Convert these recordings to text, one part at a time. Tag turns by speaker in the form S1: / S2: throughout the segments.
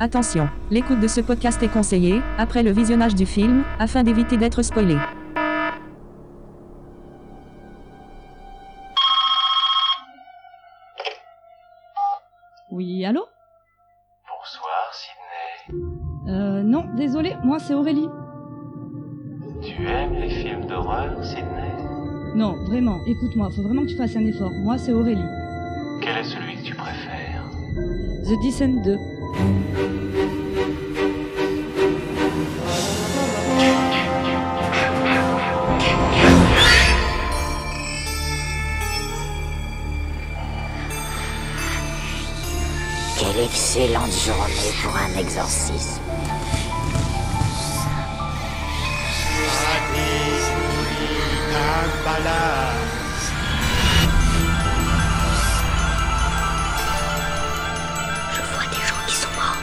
S1: Attention, l'écoute de ce podcast est conseillée, après le visionnage du film, afin d'éviter d'être spoilé.
S2: Oui, allô
S3: Bonsoir Sydney.
S2: Euh, non, désolé, moi c'est Aurélie.
S3: Tu aimes les films d'horreur, Sydney
S2: Non, vraiment, écoute-moi, faut vraiment que tu fasses un effort. Moi c'est Aurélie.
S3: Quel est celui que tu préfères
S2: The Descent 2.
S4: Quelle excellente journée pour un exorcisme. Je vois des gens qui sont morts.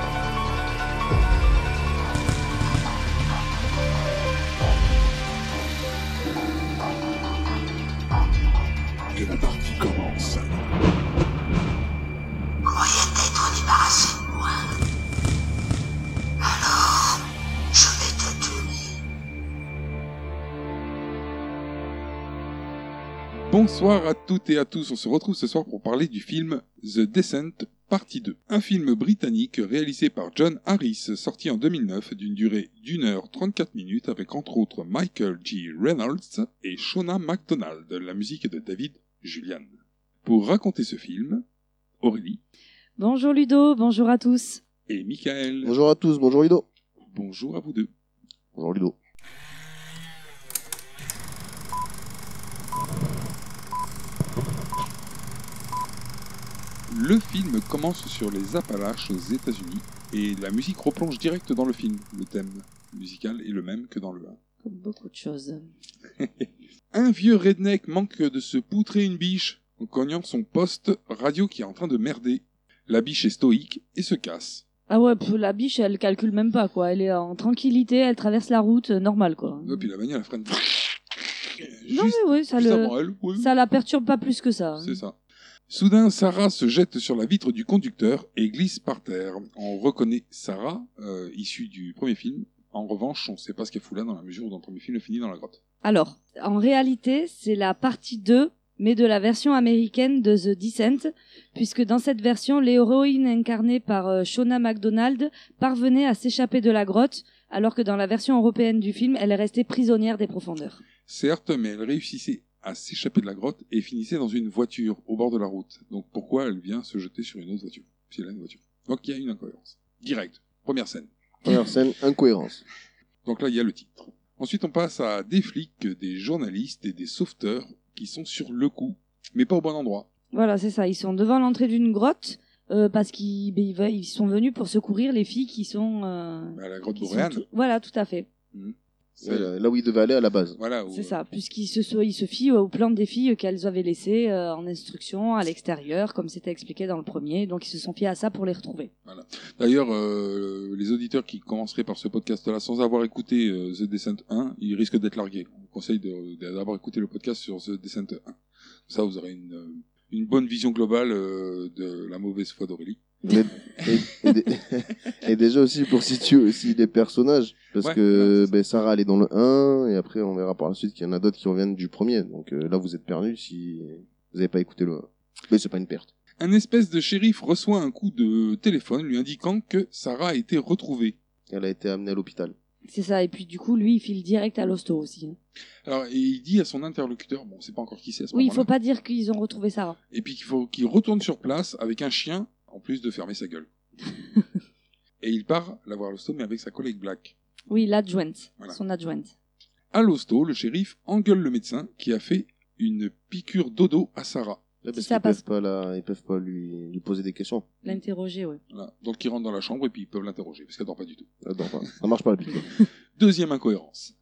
S5: Et la partie commence.
S4: Croyez t'être débarrassé de moi. Alors, je vais te tuer.
S5: Bonsoir à toutes et à tous, on se retrouve ce soir pour parler du film The Descent partie 2. Un film britannique réalisé par John Harris, sorti en 2009 d'une durée d'une heure 34 minutes avec entre autres Michael G. Reynolds et Shona MacDonald. La musique est de David Julian. Pour raconter ce film, Aurélie
S2: Bonjour Ludo, bonjour à tous.
S5: et Michael.
S6: Bonjour à tous, bonjour Ludo.
S5: Bonjour à vous deux.
S6: Bonjour Ludo.
S5: Le film commence sur les Appalaches aux États-Unis et la musique replonge direct dans le film. Le thème musical est le même que dans le 1.
S2: Comme beaucoup de choses.
S5: Un vieux redneck manque de se poutrer une biche en cognant son poste radio qui est en train de merder. La biche est stoïque et se casse.
S2: Ah ouais, pff, la biche elle calcule même pas quoi. Elle est en tranquillité, elle traverse la route, euh, normale quoi.
S5: Et puis la bagnole elle freine.
S2: non
S5: juste,
S2: mais oui, ça,
S5: juste
S2: le...
S5: avant elle. ouais.
S2: ça la perturbe pas plus que ça. hein.
S5: C'est ça. Soudain, Sarah se jette sur la vitre du conducteur et glisse par terre. On reconnaît Sarah, euh, issue du premier film. En revanche, on ne sait pas ce qu'elle fout là dans la mesure où dans le premier film, elle finit dans la grotte.
S2: Alors, en réalité, c'est la partie 2, mais de la version américaine de The Descent, puisque dans cette version, l'héroïne incarnée par euh, Shona MacDonald parvenait à s'échapper de la grotte, alors que dans la version européenne du film, elle est restée prisonnière des profondeurs.
S5: Certes, mais elle réussissait à s'échapper de la grotte et finissait dans une voiture au bord de la route. Donc pourquoi elle vient se jeter sur une autre voiture Si elle a une voiture. Donc il y a une incohérence. Direct. Première scène.
S6: Première scène, incohérence.
S5: Donc là, il y a le titre. Ensuite, on passe à des flics, des journalistes et des sauveteurs qui sont sur le coup, mais pas au bon endroit.
S2: Voilà, c'est ça. Ils sont devant l'entrée d'une grotte, euh, parce qu'ils ben, ils ve- ils sont venus pour secourir les filles qui sont... euh,
S5: À la grotte
S2: qui sont
S5: boréale.
S2: tout- Voilà, tout à fait.
S5: c'est-
S6: C'est là là où il devait aller à la base.
S5: Voilà. où,
S2: C'est
S5: euh,
S2: ça, puisqu'ils se, so- ils se fient au plan des filles qu'elles avaient laissées euh, en instruction à l'extérieur, comme c'était expliqué dans le premier. Donc ils se sont fiés à ça pour les retrouver.
S5: D'ailleurs, euh, les auditeurs qui commenceraient par ce podcast-là sans avoir écouté euh, The Descent 1, ils risquent d'être largués. On vous conseille de- d'avoir écouté le podcast sur The Descent 1. Comme ça, vous aurez une, euh, une bonne vision globale euh, de la mauvaise foi d'Aurélie.
S6: Mais- et, et dé- et déjà aussi pour situer aussi les personnages. Parce
S5: Ouais,
S6: que
S5: ouais, c'est
S6: ben, Sarah, elle est dans le 1, et après on verra par la suite qu'il y en a d'autres qui reviennent du premier. Donc euh, là, vous êtes perdu si vous n'avez pas écouté le 1. Mais c'est pas une perte.
S5: Un espèce de shérif reçoit un coup de téléphone lui indiquant que Sarah a été retrouvée.
S6: Elle a été amenée à l'hôpital.
S2: C'est ça, et puis du coup, lui, il file direct à l'hosto aussi. hein.
S5: Alors, et il dit à son interlocuteur, bon, c'est pas encore qui c'est à ce
S2: Oui, il
S5: moment-là,
S2: faut pas dire qu'ils ont retrouvé Sarah.
S5: et puis qu'il faut qu'il retourne sur place avec un chien, en plus de fermer sa gueule. et il part la voir à l'hosto, mais avec sa collègue Black.
S2: Oui, l'adjointe,
S5: Voilà.
S2: son adjointe.
S5: À l'hosto, le shérif engueule le médecin qui a fait une piqûre dodo à Sarah.
S6: Là, parce
S2: Ça
S6: qu'ils
S2: passe.
S6: peuvent pas, la- ils peuvent pas lui, lui poser des questions.
S2: L'interroger, oui.
S5: Voilà. Donc ils rentrent dans la chambre et puis ils peuvent l'interroger, parce qu'elle dort pas du tout.
S6: Elle dort Ah, pas. Ça marche pas, la piqûre.
S5: Deuxième incohérence.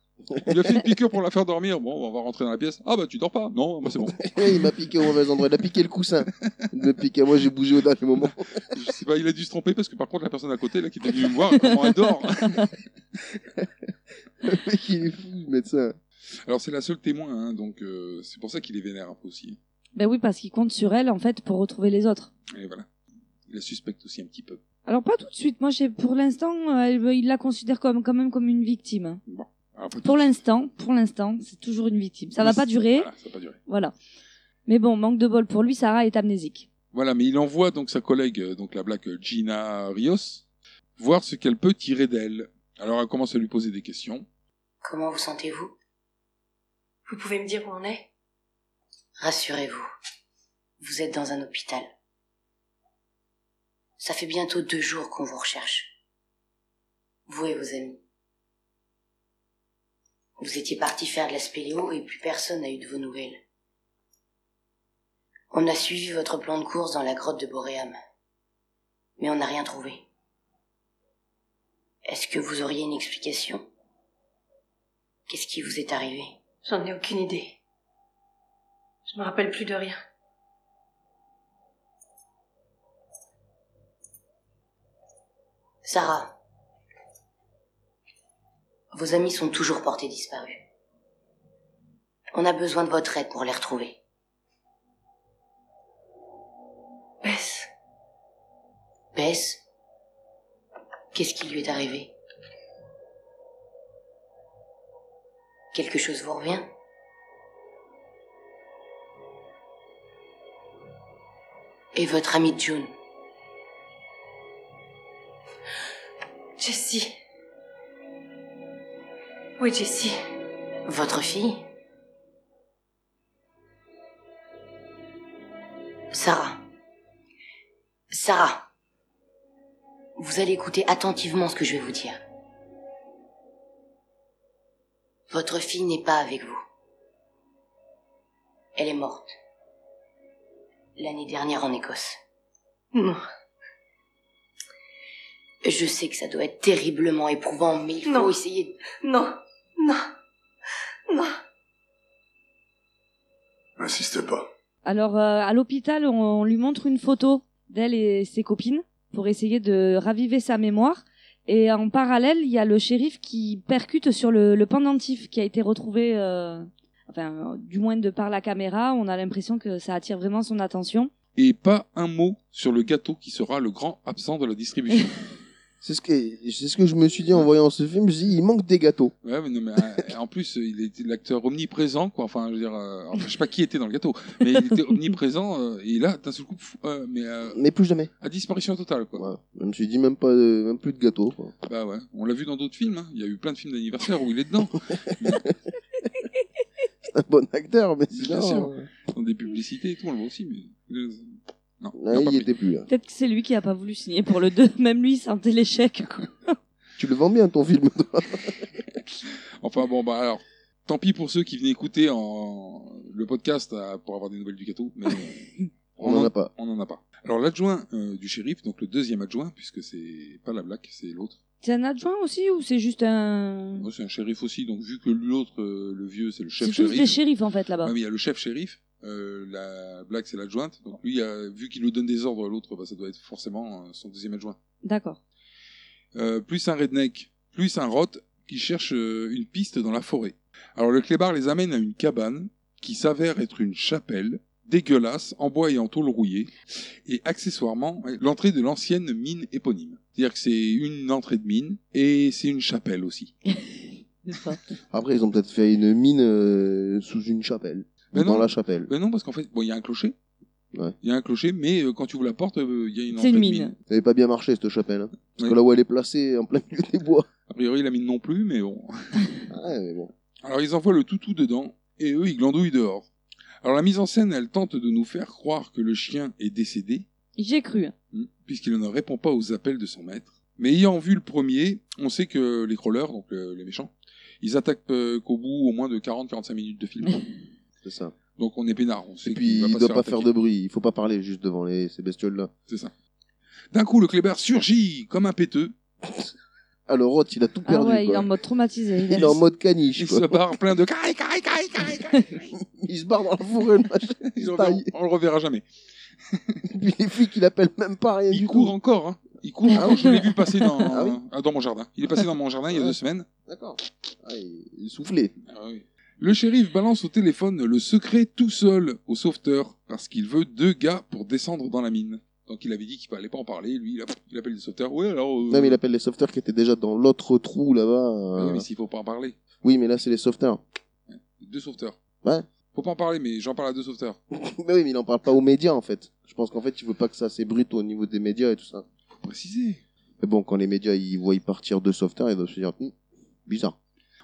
S5: Il a fait une piqûre pour la faire dormir. Bon, on va rentrer dans la pièce. Ah bah tu dors pas Non, moi c'est bon.
S6: Eh, il m'a piqué au mauvais endroit. Il a piqué le coussin. Il m'a piqué. Moi, j'ai bougé au dernier moment.
S5: Je sais pas, il a dû se tromper parce que par contre la personne à côté là qui était venue me voir, comment elle dort
S6: Le mec, il est fou, le médecin.
S5: Alors c'est la seule témoin, hein, donc euh, c'est pour ça qu'il est vénère un peu aussi.
S2: Ben oui, parce qu'il compte sur elle, en fait, pour retrouver les autres.
S5: Et voilà. Il la suspecte aussi un petit peu.
S2: Alors, pas tout de suite. Moi, j'ai- pour l'instant, euh, elle- il la considère comme, quand même comme une victime. hein.
S5: Bon. Alors, pas tout
S2: Pour
S5: de suite.
S2: l'instant, pour l'instant, c'est toujours une victime. Ça va
S5: Mais
S2: pas
S5: c'est-
S2: durer.
S5: Voilà, ça va pas durer.
S2: Voilà. Mais bon, manque de bol pour lui, Sarah est amnésique.
S5: Voilà, mais il envoie donc sa collègue, euh, donc la black euh, Gina Rios, voir ce qu'elle peut tirer d'elle. Alors elle commence à lui poser des questions.
S7: Comment vous sentez-vous
S8: Vous pouvez me dire où on est
S7: Rassurez-vous, vous êtes dans un hôpital. Ça fait bientôt deux jours qu'on vous recherche. Vous et vos amis. Vous étiez partis faire de la spéléo et plus personne n'a eu de vos nouvelles. On a suivi votre plan de course dans la grotte de Boréam. Mais on n'a rien trouvé. Est-ce que vous auriez une explication Qu'est-ce qui vous est arrivé
S8: J'en ai aucune idée. Je me rappelle plus de rien.
S7: Sarah, vos amis sont toujours portés disparus. On a besoin de votre aide pour les retrouver.
S8: Bess,
S7: Bess Qu'est-ce qui lui est arrivé Quelque chose vous revient Et votre amie June
S8: Jessie. Oui, Jessie.
S7: Votre fille Sarah. Sarah. Vous allez écouter attentivement ce que je vais vous dire. Votre fille n'est pas avec vous. Elle est morte. L'année dernière en Écosse.
S8: Non,
S7: Je sais que ça doit être terriblement éprouvant, mais il faut
S8: Non.
S7: essayer de...
S8: non, non, non.
S9: Insiste pas.
S2: Alors, euh, à l'hôpital, on, on lui montre une photo d'elle et ses copines pour essayer de raviver sa mémoire. Et en parallèle, il y a le shérif qui percute sur le, le pendentif qui a été retrouvé, euh, enfin, du moins de par la caméra. On a l'impression que ça attire vraiment son attention.
S5: Et pas un mot sur le gâteau qui sera le grand absent de la distribution.
S6: C'est ce que c'est ce que je me suis dit en voyant ce film. Je me suis dit, il manque des gâteaux.
S5: ouais, mais non, mais, euh, en plus, euh, il était l'acteur omniprésent, quoi. Enfin, je veux dire, euh, enfin, je sais pas qui était dans le gâteau, mais il était omniprésent. euh, et là, d'un seul coup, pff, euh, mais euh,
S6: Mais plus jamais.
S5: à disparition totale, quoi.
S6: Voilà. Je me suis dit même pas, de- même plus de gâteaux. quoi.
S5: Bah ouais, on l'a vu dans d'autres films. hein. Il y a eu plein de films d'anniversaire où il est dedans,
S6: C'est un bon acteur, mais
S5: Bien sûr.
S6: sinon, euh,
S5: dans des publicités et tout. On le voit aussi, mais euh, non. il
S6: là,
S5: a pas
S6: Ah, il
S5: pris.
S6: était plus hein. là.
S2: Peut-être que c'est lui qui a pas voulu signer pour le 2. Même lui, il sentait l'échec. quoi.
S6: Tu le vends bien ton film. toi.
S5: Enfin bon, bah alors, tant pis pour ceux qui venaient écouter en... le podcast euh, pour avoir des nouvelles du gâteau, mais euh,
S6: On en a pas.
S5: on en a pas. Alors l'adjoint euh, du shérif, donc le deuxième adjoint, puisque c'est pas la blague, c'est l'autre.
S2: C'est un adjoint aussi ou c'est juste un...
S5: Moi, c'est un shérif aussi, donc vu que l'autre, euh, le vieux, c'est le
S2: C'est
S5: chef
S2: tous des
S5: shérif.
S2: shérifs en fait là-bas.
S5: Ah oui, il y a le chef shérif, euh, la blague c'est l'adjointe, donc lui, euh, vu qu'il nous donne des ordres à l'autre, bah, ça doit être forcément euh, son deuxième adjoint.
S2: D'accord.
S5: Euh, plus un redneck, plus un rot qui cherche euh, une piste dans la forêt. Alors le clébard les amène à une cabane qui s'avère être une chapelle dégueulasse en bois et en tôle rouillée et accessoirement l'entrée de l'ancienne mine éponyme. C'est-à-dire que c'est une entrée de mine et c'est une chapelle aussi.
S2: D'accord.
S6: Après, ils ont peut-être fait une mine euh, sous une chapelle.
S5: Mais
S6: dans
S5: non.
S6: la chapelle.
S5: Ben non parce qu'en fait bon il y a un clocher.
S6: Ouais.
S5: Il y a un clocher mais euh, quand tu ouvres la porte euh, il y a une
S2: C'est
S5: entrée
S2: une
S5: de
S2: mine.
S5: mine.
S6: Ça avait pas bien marché cette chapelle. hein. Parce que
S5: Oui.
S6: là où elle est placée, en plein milieu des bois.
S5: A priori la mine non plus mais bon.
S6: Ouais, mais bon.
S5: Alors ils envoient le toutou dedans, et eux ils glandouillent dehors. Alors la mise en scène, elle tente de nous faire croire que le chien est décédé,
S2: J'ai cru.
S5: hein, puisqu'il ne répond pas aux appels de son maître. Mais ayant vu le premier, on sait que les crawlers, donc euh, les méchants, ils attaquent euh, qu'au bout au moins de 40-45 minutes de film.
S6: C'est ça.
S5: donc on est peinard, on sait
S6: Et puis,
S5: qu'on va
S6: il
S5: se
S6: doit pas faire
S5: attaquer.
S6: de bruit. Il faut pas parler juste devant les, ces bestioles-là.
S5: C'est ça. D'un coup, le clébard surgit comme un péteux,
S6: Ah, le rot, il a tout
S2: Ah
S6: perdu.
S2: ouais, il est
S6: quoi.
S2: en mode traumatisé.
S6: Il est en mode caniche.
S5: il
S6: quoi.
S5: se barre plein de caille, caille, caille, caille, caille.
S6: Il se barre dans la forêt, le machin.
S5: Ils
S6: Il
S5: le
S6: se
S5: reverront-
S6: taille.
S5: On le reverra jamais.
S6: Puis les flics, il appelle même pas rien
S5: Il
S6: du
S5: court
S6: tout.
S5: encore, hein. Il court encore, je l'ai vu passer dans,
S6: Ah oui
S5: ah, dans mon jardin. Il est passé dans mon jardin il y a
S6: Ouais.
S5: deux semaines.
S6: D'accord. Ah, il il est soufflé.
S5: Ah oui. Le shérif balance au téléphone le secret tout seul au sauveteur parce qu'il veut deux gars pour descendre dans la mine. Donc il avait dit qu'il fallait pas en parler. Lui, il, a- il appelle le sauveteur. Ouais, alors. euh,
S6: Non, mais il appelle les sauveteurs qui étaient déjà dans l'autre trou
S5: Ah
S6: là-bas.
S5: oui,
S6: euh.
S5: mais s'il faut pas en parler.
S6: Oui, mais là, c'est les sauveteurs.
S5: Deux sauveteurs.
S6: Ouais.
S5: Faut pas en parler, mais j'en parle à deux sauveteurs.
S6: mais oui, mais il en parle pas aux médias en fait. Je pense qu'en fait, il veut pas que ça c'est brut au niveau des médias et tout ça.
S5: Faut préciser.
S6: Mais bon, quand les médias ils voient partir deux sauveteurs, ils doivent se dire Hum, bizarre.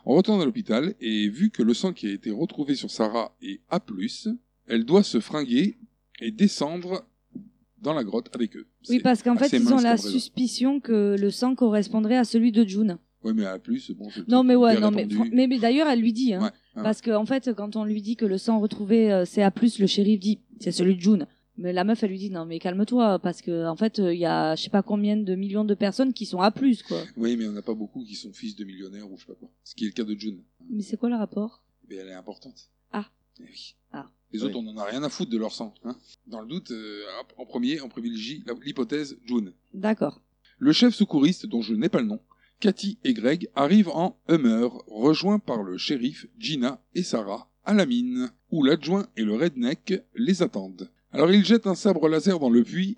S5: On retourne à l'hôpital et vu que le sang qui a été retrouvé sur Sarah est A+, elle doit se fringuer et descendre dans la grotte avec eux.
S2: Oui,
S5: C'est-
S2: parce qu'en fait,
S5: assez
S2: ils ont
S5: mince
S2: la
S5: comme raison.
S2: suspicion que le sang correspondrait à celui de June.
S5: Ouais, mais A+, bon, c'est
S2: Non, mais ouais,
S5: hyper
S2: non, mais,
S5: répandu.
S2: fran- mais, mais d'ailleurs, elle lui dit. Hein,
S5: Ouais, ouais.
S2: Parce qu'en en fait, quand on lui dit que le sang retrouvé, euh, c'est à plus, le shérif dit, c'est celui de June. Mais la meuf, elle lui dit, non, mais calme-toi, parce que en fait, euh, il y a je sais pas combien de millions de personnes qui sont à plus, quoi.
S5: Oui, mais on n'a pas beaucoup qui sont fils de millionnaires ou je sais pas quoi. Ce qui est le cas de June.
S2: Mais c'est quoi le rapport
S5: Mais elle est importante.
S2: Ah.
S5: Eh oui.
S2: Ah.
S5: Les autres, on n'en a rien à foutre de leur sang. Hein. Dans le doute, euh, hop, en premier, on privilégie la- l'hypothèse June.
S2: D'accord.
S5: Le chef secouriste, dont je n'ai pas le nom, Cathy et Greg arrivent en Hummer, rejoints par le shérif, Gina et Sarah, à la mine, où l'adjoint et le redneck les attendent. Alors ils jettent un sabre laser dans le puits,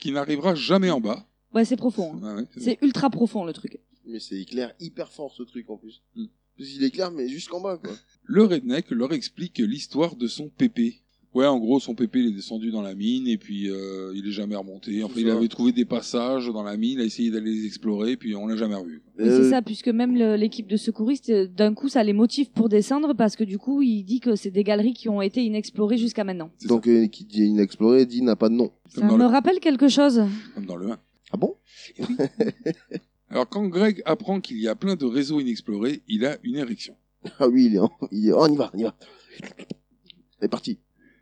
S5: qui n'arrivera jamais en bas.
S2: Ouais, c'est profond. hein.
S5: Ouais, ouais,
S2: C'est ultra profond, le truc.
S6: Mais c'est éclair hyper fort ce truc en plus.
S5: Mm.
S6: Parce qu'il éclaire, mais jusqu'en bas quoi.
S5: Le redneck leur explique l'histoire de son pépé. Ouais, en gros, son pépé, il est descendu dans la mine et puis euh, il est jamais remonté. Enfin,
S6: C'est
S5: il
S6: ça.
S5: avait trouvé des passages dans la mine, il a essayé d'aller les explorer, puis on l'a jamais revu.
S2: Oui,
S6: Euh,
S2: c'est ça, puisque même le- l'équipe de secouristes, euh, d'un coup, ça les motive pour descendre, parce que du coup, il dit que c'est des galeries qui ont été inexplorées jusqu'à maintenant.
S5: C'est
S6: Donc, euh, qui dit inexploré dit n'a pas de nom.
S2: Ça
S5: ça, comme, dans
S2: me
S5: le,
S2: rappelle quelque chose.
S5: comme dans le 1.
S6: Ah bon
S5: Alors, quand Greg apprend qu'il y a plein de réseaux inexplorés, il a une érection.
S6: Ah oui, il est, en- il est- oh, on y va, on y va. C'est parti.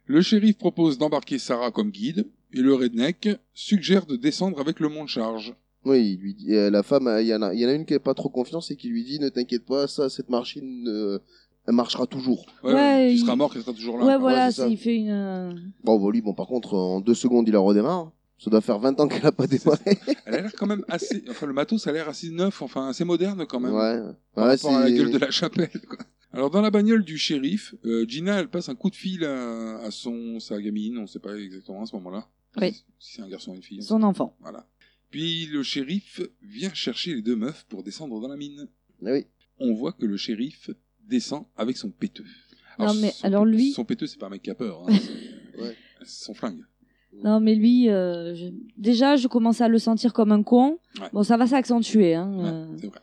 S5: Le shérif propose d'embarquer Sarah comme guide et le redneck suggère de descendre avec le monte-charge.
S6: Oui, il lui dit, euh, la femme, euh, il y, en a, il y en a une qui est pas trop confiance et qui lui dit ne t'inquiète pas, ça, cette machine, euh, elle marchera toujours.
S5: Ouais,
S2: Ouais,
S5: tu
S2: il-
S5: seras mort, tu seras toujours là.
S2: Ouais,
S6: ouais,
S2: voilà,
S6: c'est ça.
S2: c'est- il fait une. euh,
S6: Bon, bah, lui, bon, par contre, en deux secondes, il la redémarre. Ça doit faire 20 ans qu'elle a pas démarré.
S5: Elle a l'air quand même assez. Enfin, le matos, ça a l'air assez neuf, enfin, assez moderne quand
S6: Ouais,
S5: même.
S6: ouais,
S5: par rapport à la
S6: c'est-
S5: gueule de la chapelle. quoi. Alors dans la bagnole du shérif, euh, Gina elle passe un coup de fil à, à son sa gamine, on ne sait pas exactement à ce moment-là.
S2: Oui.
S5: Si- Si c'est un garçon ou une fille.
S2: Son enfant.
S5: Voilà. Puis le shérif vient chercher les deux meufs pour descendre dans la mine.
S6: Ah oui.
S5: On voit que le shérif descend avec son péteux.
S2: Non, mais
S5: son
S2: alors
S5: péteux-
S2: lui-
S5: Son péteux c'est pas un mec qui a peur. hein, c'est-
S6: Ouais.
S5: c'est Son flingue.
S2: Non, mais lui, euh, je- déjà, je commence à le sentir comme un con.
S5: Ouais.
S2: Bon, ça va s'accentuer. Hein,
S5: Ouais,
S2: euh.
S5: c'est vrai.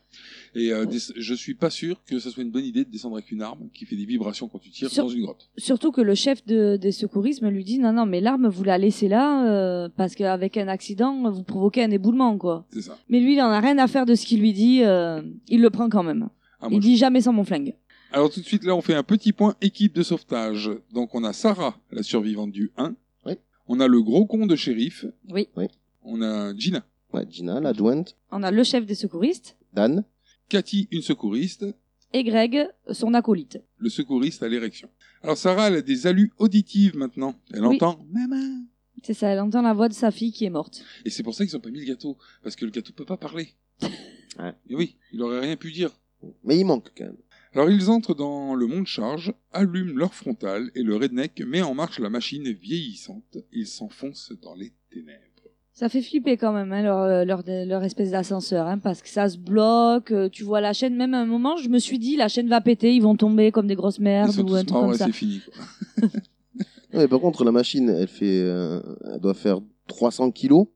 S5: Et euh, des- je suis pas sûr que ça soit une bonne idée de descendre avec une arme qui fait des vibrations quand tu tires
S2: Sur-
S5: dans une grotte.
S2: Surtout que le chef de, des secourismes lui dit non, non, mais l'arme, vous la laissez là, euh, parce qu'avec un accident, vous provoquez un éboulement, quoi.
S5: C'est ça.
S2: Mais lui, il en a rien à faire de ce qu'il lui dit. euh, il le prend quand même.
S5: Ah, moi,
S2: il
S5: je-
S2: dit jamais sans mon flingue.
S5: Alors tout de suite, là, on fait un petit point équipe de sauvetage. Donc on a Sarah, la survivante du 1.
S6: Oui.
S5: On a le gros con de shérif.
S2: Oui.
S6: Oui.
S5: On a Gina.
S6: Ouais, Gina, l'adjointe,
S2: On a le chef des secouristes
S6: Dan.
S5: Cathy, une secouriste.
S2: et Greg, son acolyte.
S5: Le secouriste à l'érection. Alors Sarah, elle a des allus auditives maintenant. Elle
S2: Oui.
S5: entend « Maman
S2: C'est ça, elle entend la voix de sa fille qui est morte. ».
S5: Et c'est pour ça qu'ils ont pas mis le gâteau. Parce que le gâteau peut pas parler.
S6: Ouais.
S5: Et oui, il aurait rien pu dire.
S6: Mais il manque quand même.
S5: Alors ils entrent dans le monde charge, allument leur frontal et le redneck met en marche la machine vieillissante. Ils s'enfoncent dans les ténèbres.
S2: Ça fait flipper quand même, hein, leur, euh, leur, leur espèce d'ascenseur, hein, parce que ça se bloque, euh, tu vois la chaîne, même à un moment, je me suis dit, la chaîne va péter, ils vont tomber comme des grosses merdes
S5: Ils sont
S2: ou un
S5: tous
S2: truc
S5: morts
S2: comme
S5: et
S2: ça.
S5: c'est fini. quoi.
S6: Non, mais par contre, la machine, elle fait, euh, elle doit faire 300 kilos,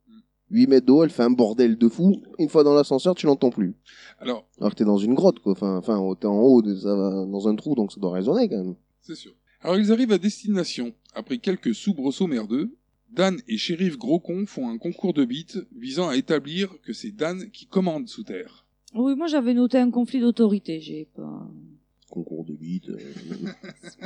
S6: 8 mètres d'eau, elle fait un bordel de fou. Une fois dans l'ascenseur, tu l'entends plus.
S5: Alors,
S6: Alors que t'es dans une grotte, quoi. Enfin, enfin, t'es en haut, de- ça va dans un trou, donc ça doit résonner quand même.
S5: c'est sûr. Alors, ils arrivent à destination. Après quelques soubresauts merdeux, Dan et Shérif Groscon font un concours de bites visant à établir que c'est Dan qui commande sous terre.
S2: Oui, moi j'avais noté un conflit d'autorité, j'ai pas...
S6: Concours de bite. euh,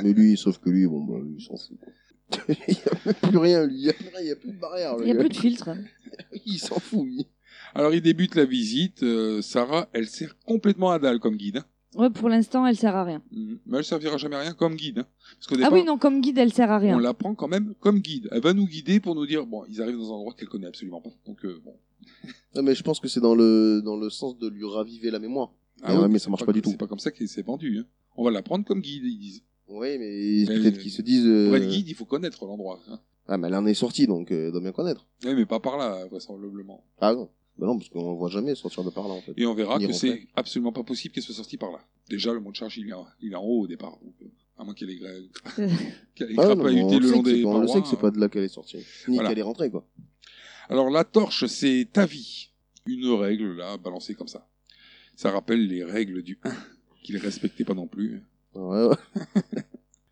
S6: mais lui, sauf que lui, bon, bah, lui, il s'en fout. quoi. il y a même plus rien, lui. Il y a plus, rien, il y a plus de barrière,
S2: Il
S5: Oh,
S6: le
S2: n'y a
S6: gars.
S2: plus de filtre. hein.
S6: Il s'en fout, lui.
S5: Alors, ils débutent la visite. Euh, Sarah, elle sert complètement à dalle comme guide. hein.
S2: Ouais, pour l'instant, elle sert à rien.
S5: Mhm. Mais elle servira jamais à rien comme guide. hein. Parce qu'au
S2: Ah
S5: départ,
S2: oui, non, comme guide, elle sert à
S5: on
S2: rien.
S5: la prend quand même comme guide. Elle va nous guider pour nous dire, bon, ils arrivent dans un endroit qu'elle connaît absolument pas. Donc, euh, bon.
S6: Non, mais je pense que c'est dans le, dans le sens de lui raviver la mémoire.
S5: Ah
S6: ouais,
S5: oui,
S6: mais
S5: c'est
S6: ça marche pas du
S5: que-
S6: tout.
S5: C'est pas comme ça qu'il s'est vendu. hein. On va la prendre comme guide, ils disent.
S6: Oui, mais
S5: Mais-
S6: peut-être qu'ils se disent. euh,
S5: Pour être guide, il faut connaître l'endroit. hein.
S6: Ah, mais elle en est sortie, donc euh, elle doit bien connaître.
S5: Oui, mais pas par là, vraisemblablement.
S6: Ah non. Bah non, parce qu'on ne voit jamais sortir de par là, en fait.
S5: Et on verra
S6: Ni
S5: que
S6: rentrer.
S5: c'est absolument pas possible qu'elle soit sortie par là. Déjà, le mont de charge, il est, en- il est en haut au départ. donc, euh, à moins qu'elle ait, gra- qu'elle ait
S6: Ah, non, mais
S5: grappahutée
S6: on, le
S5: le
S6: sait
S5: long
S6: que c'est
S5: des
S6: pas- on le sait
S5: parois,
S6: que c'est
S5: hein.
S6: pas de là qu'elle est sortie. Ni
S5: Voilà.
S6: qu'elle est rentrée, quoi.
S5: Alors la torche, c'est ta vie. Une règle là, balancée comme ça. Ça rappelle les règles du 1, qu'ils respectaient pas non plus.
S6: Ouais, ouais.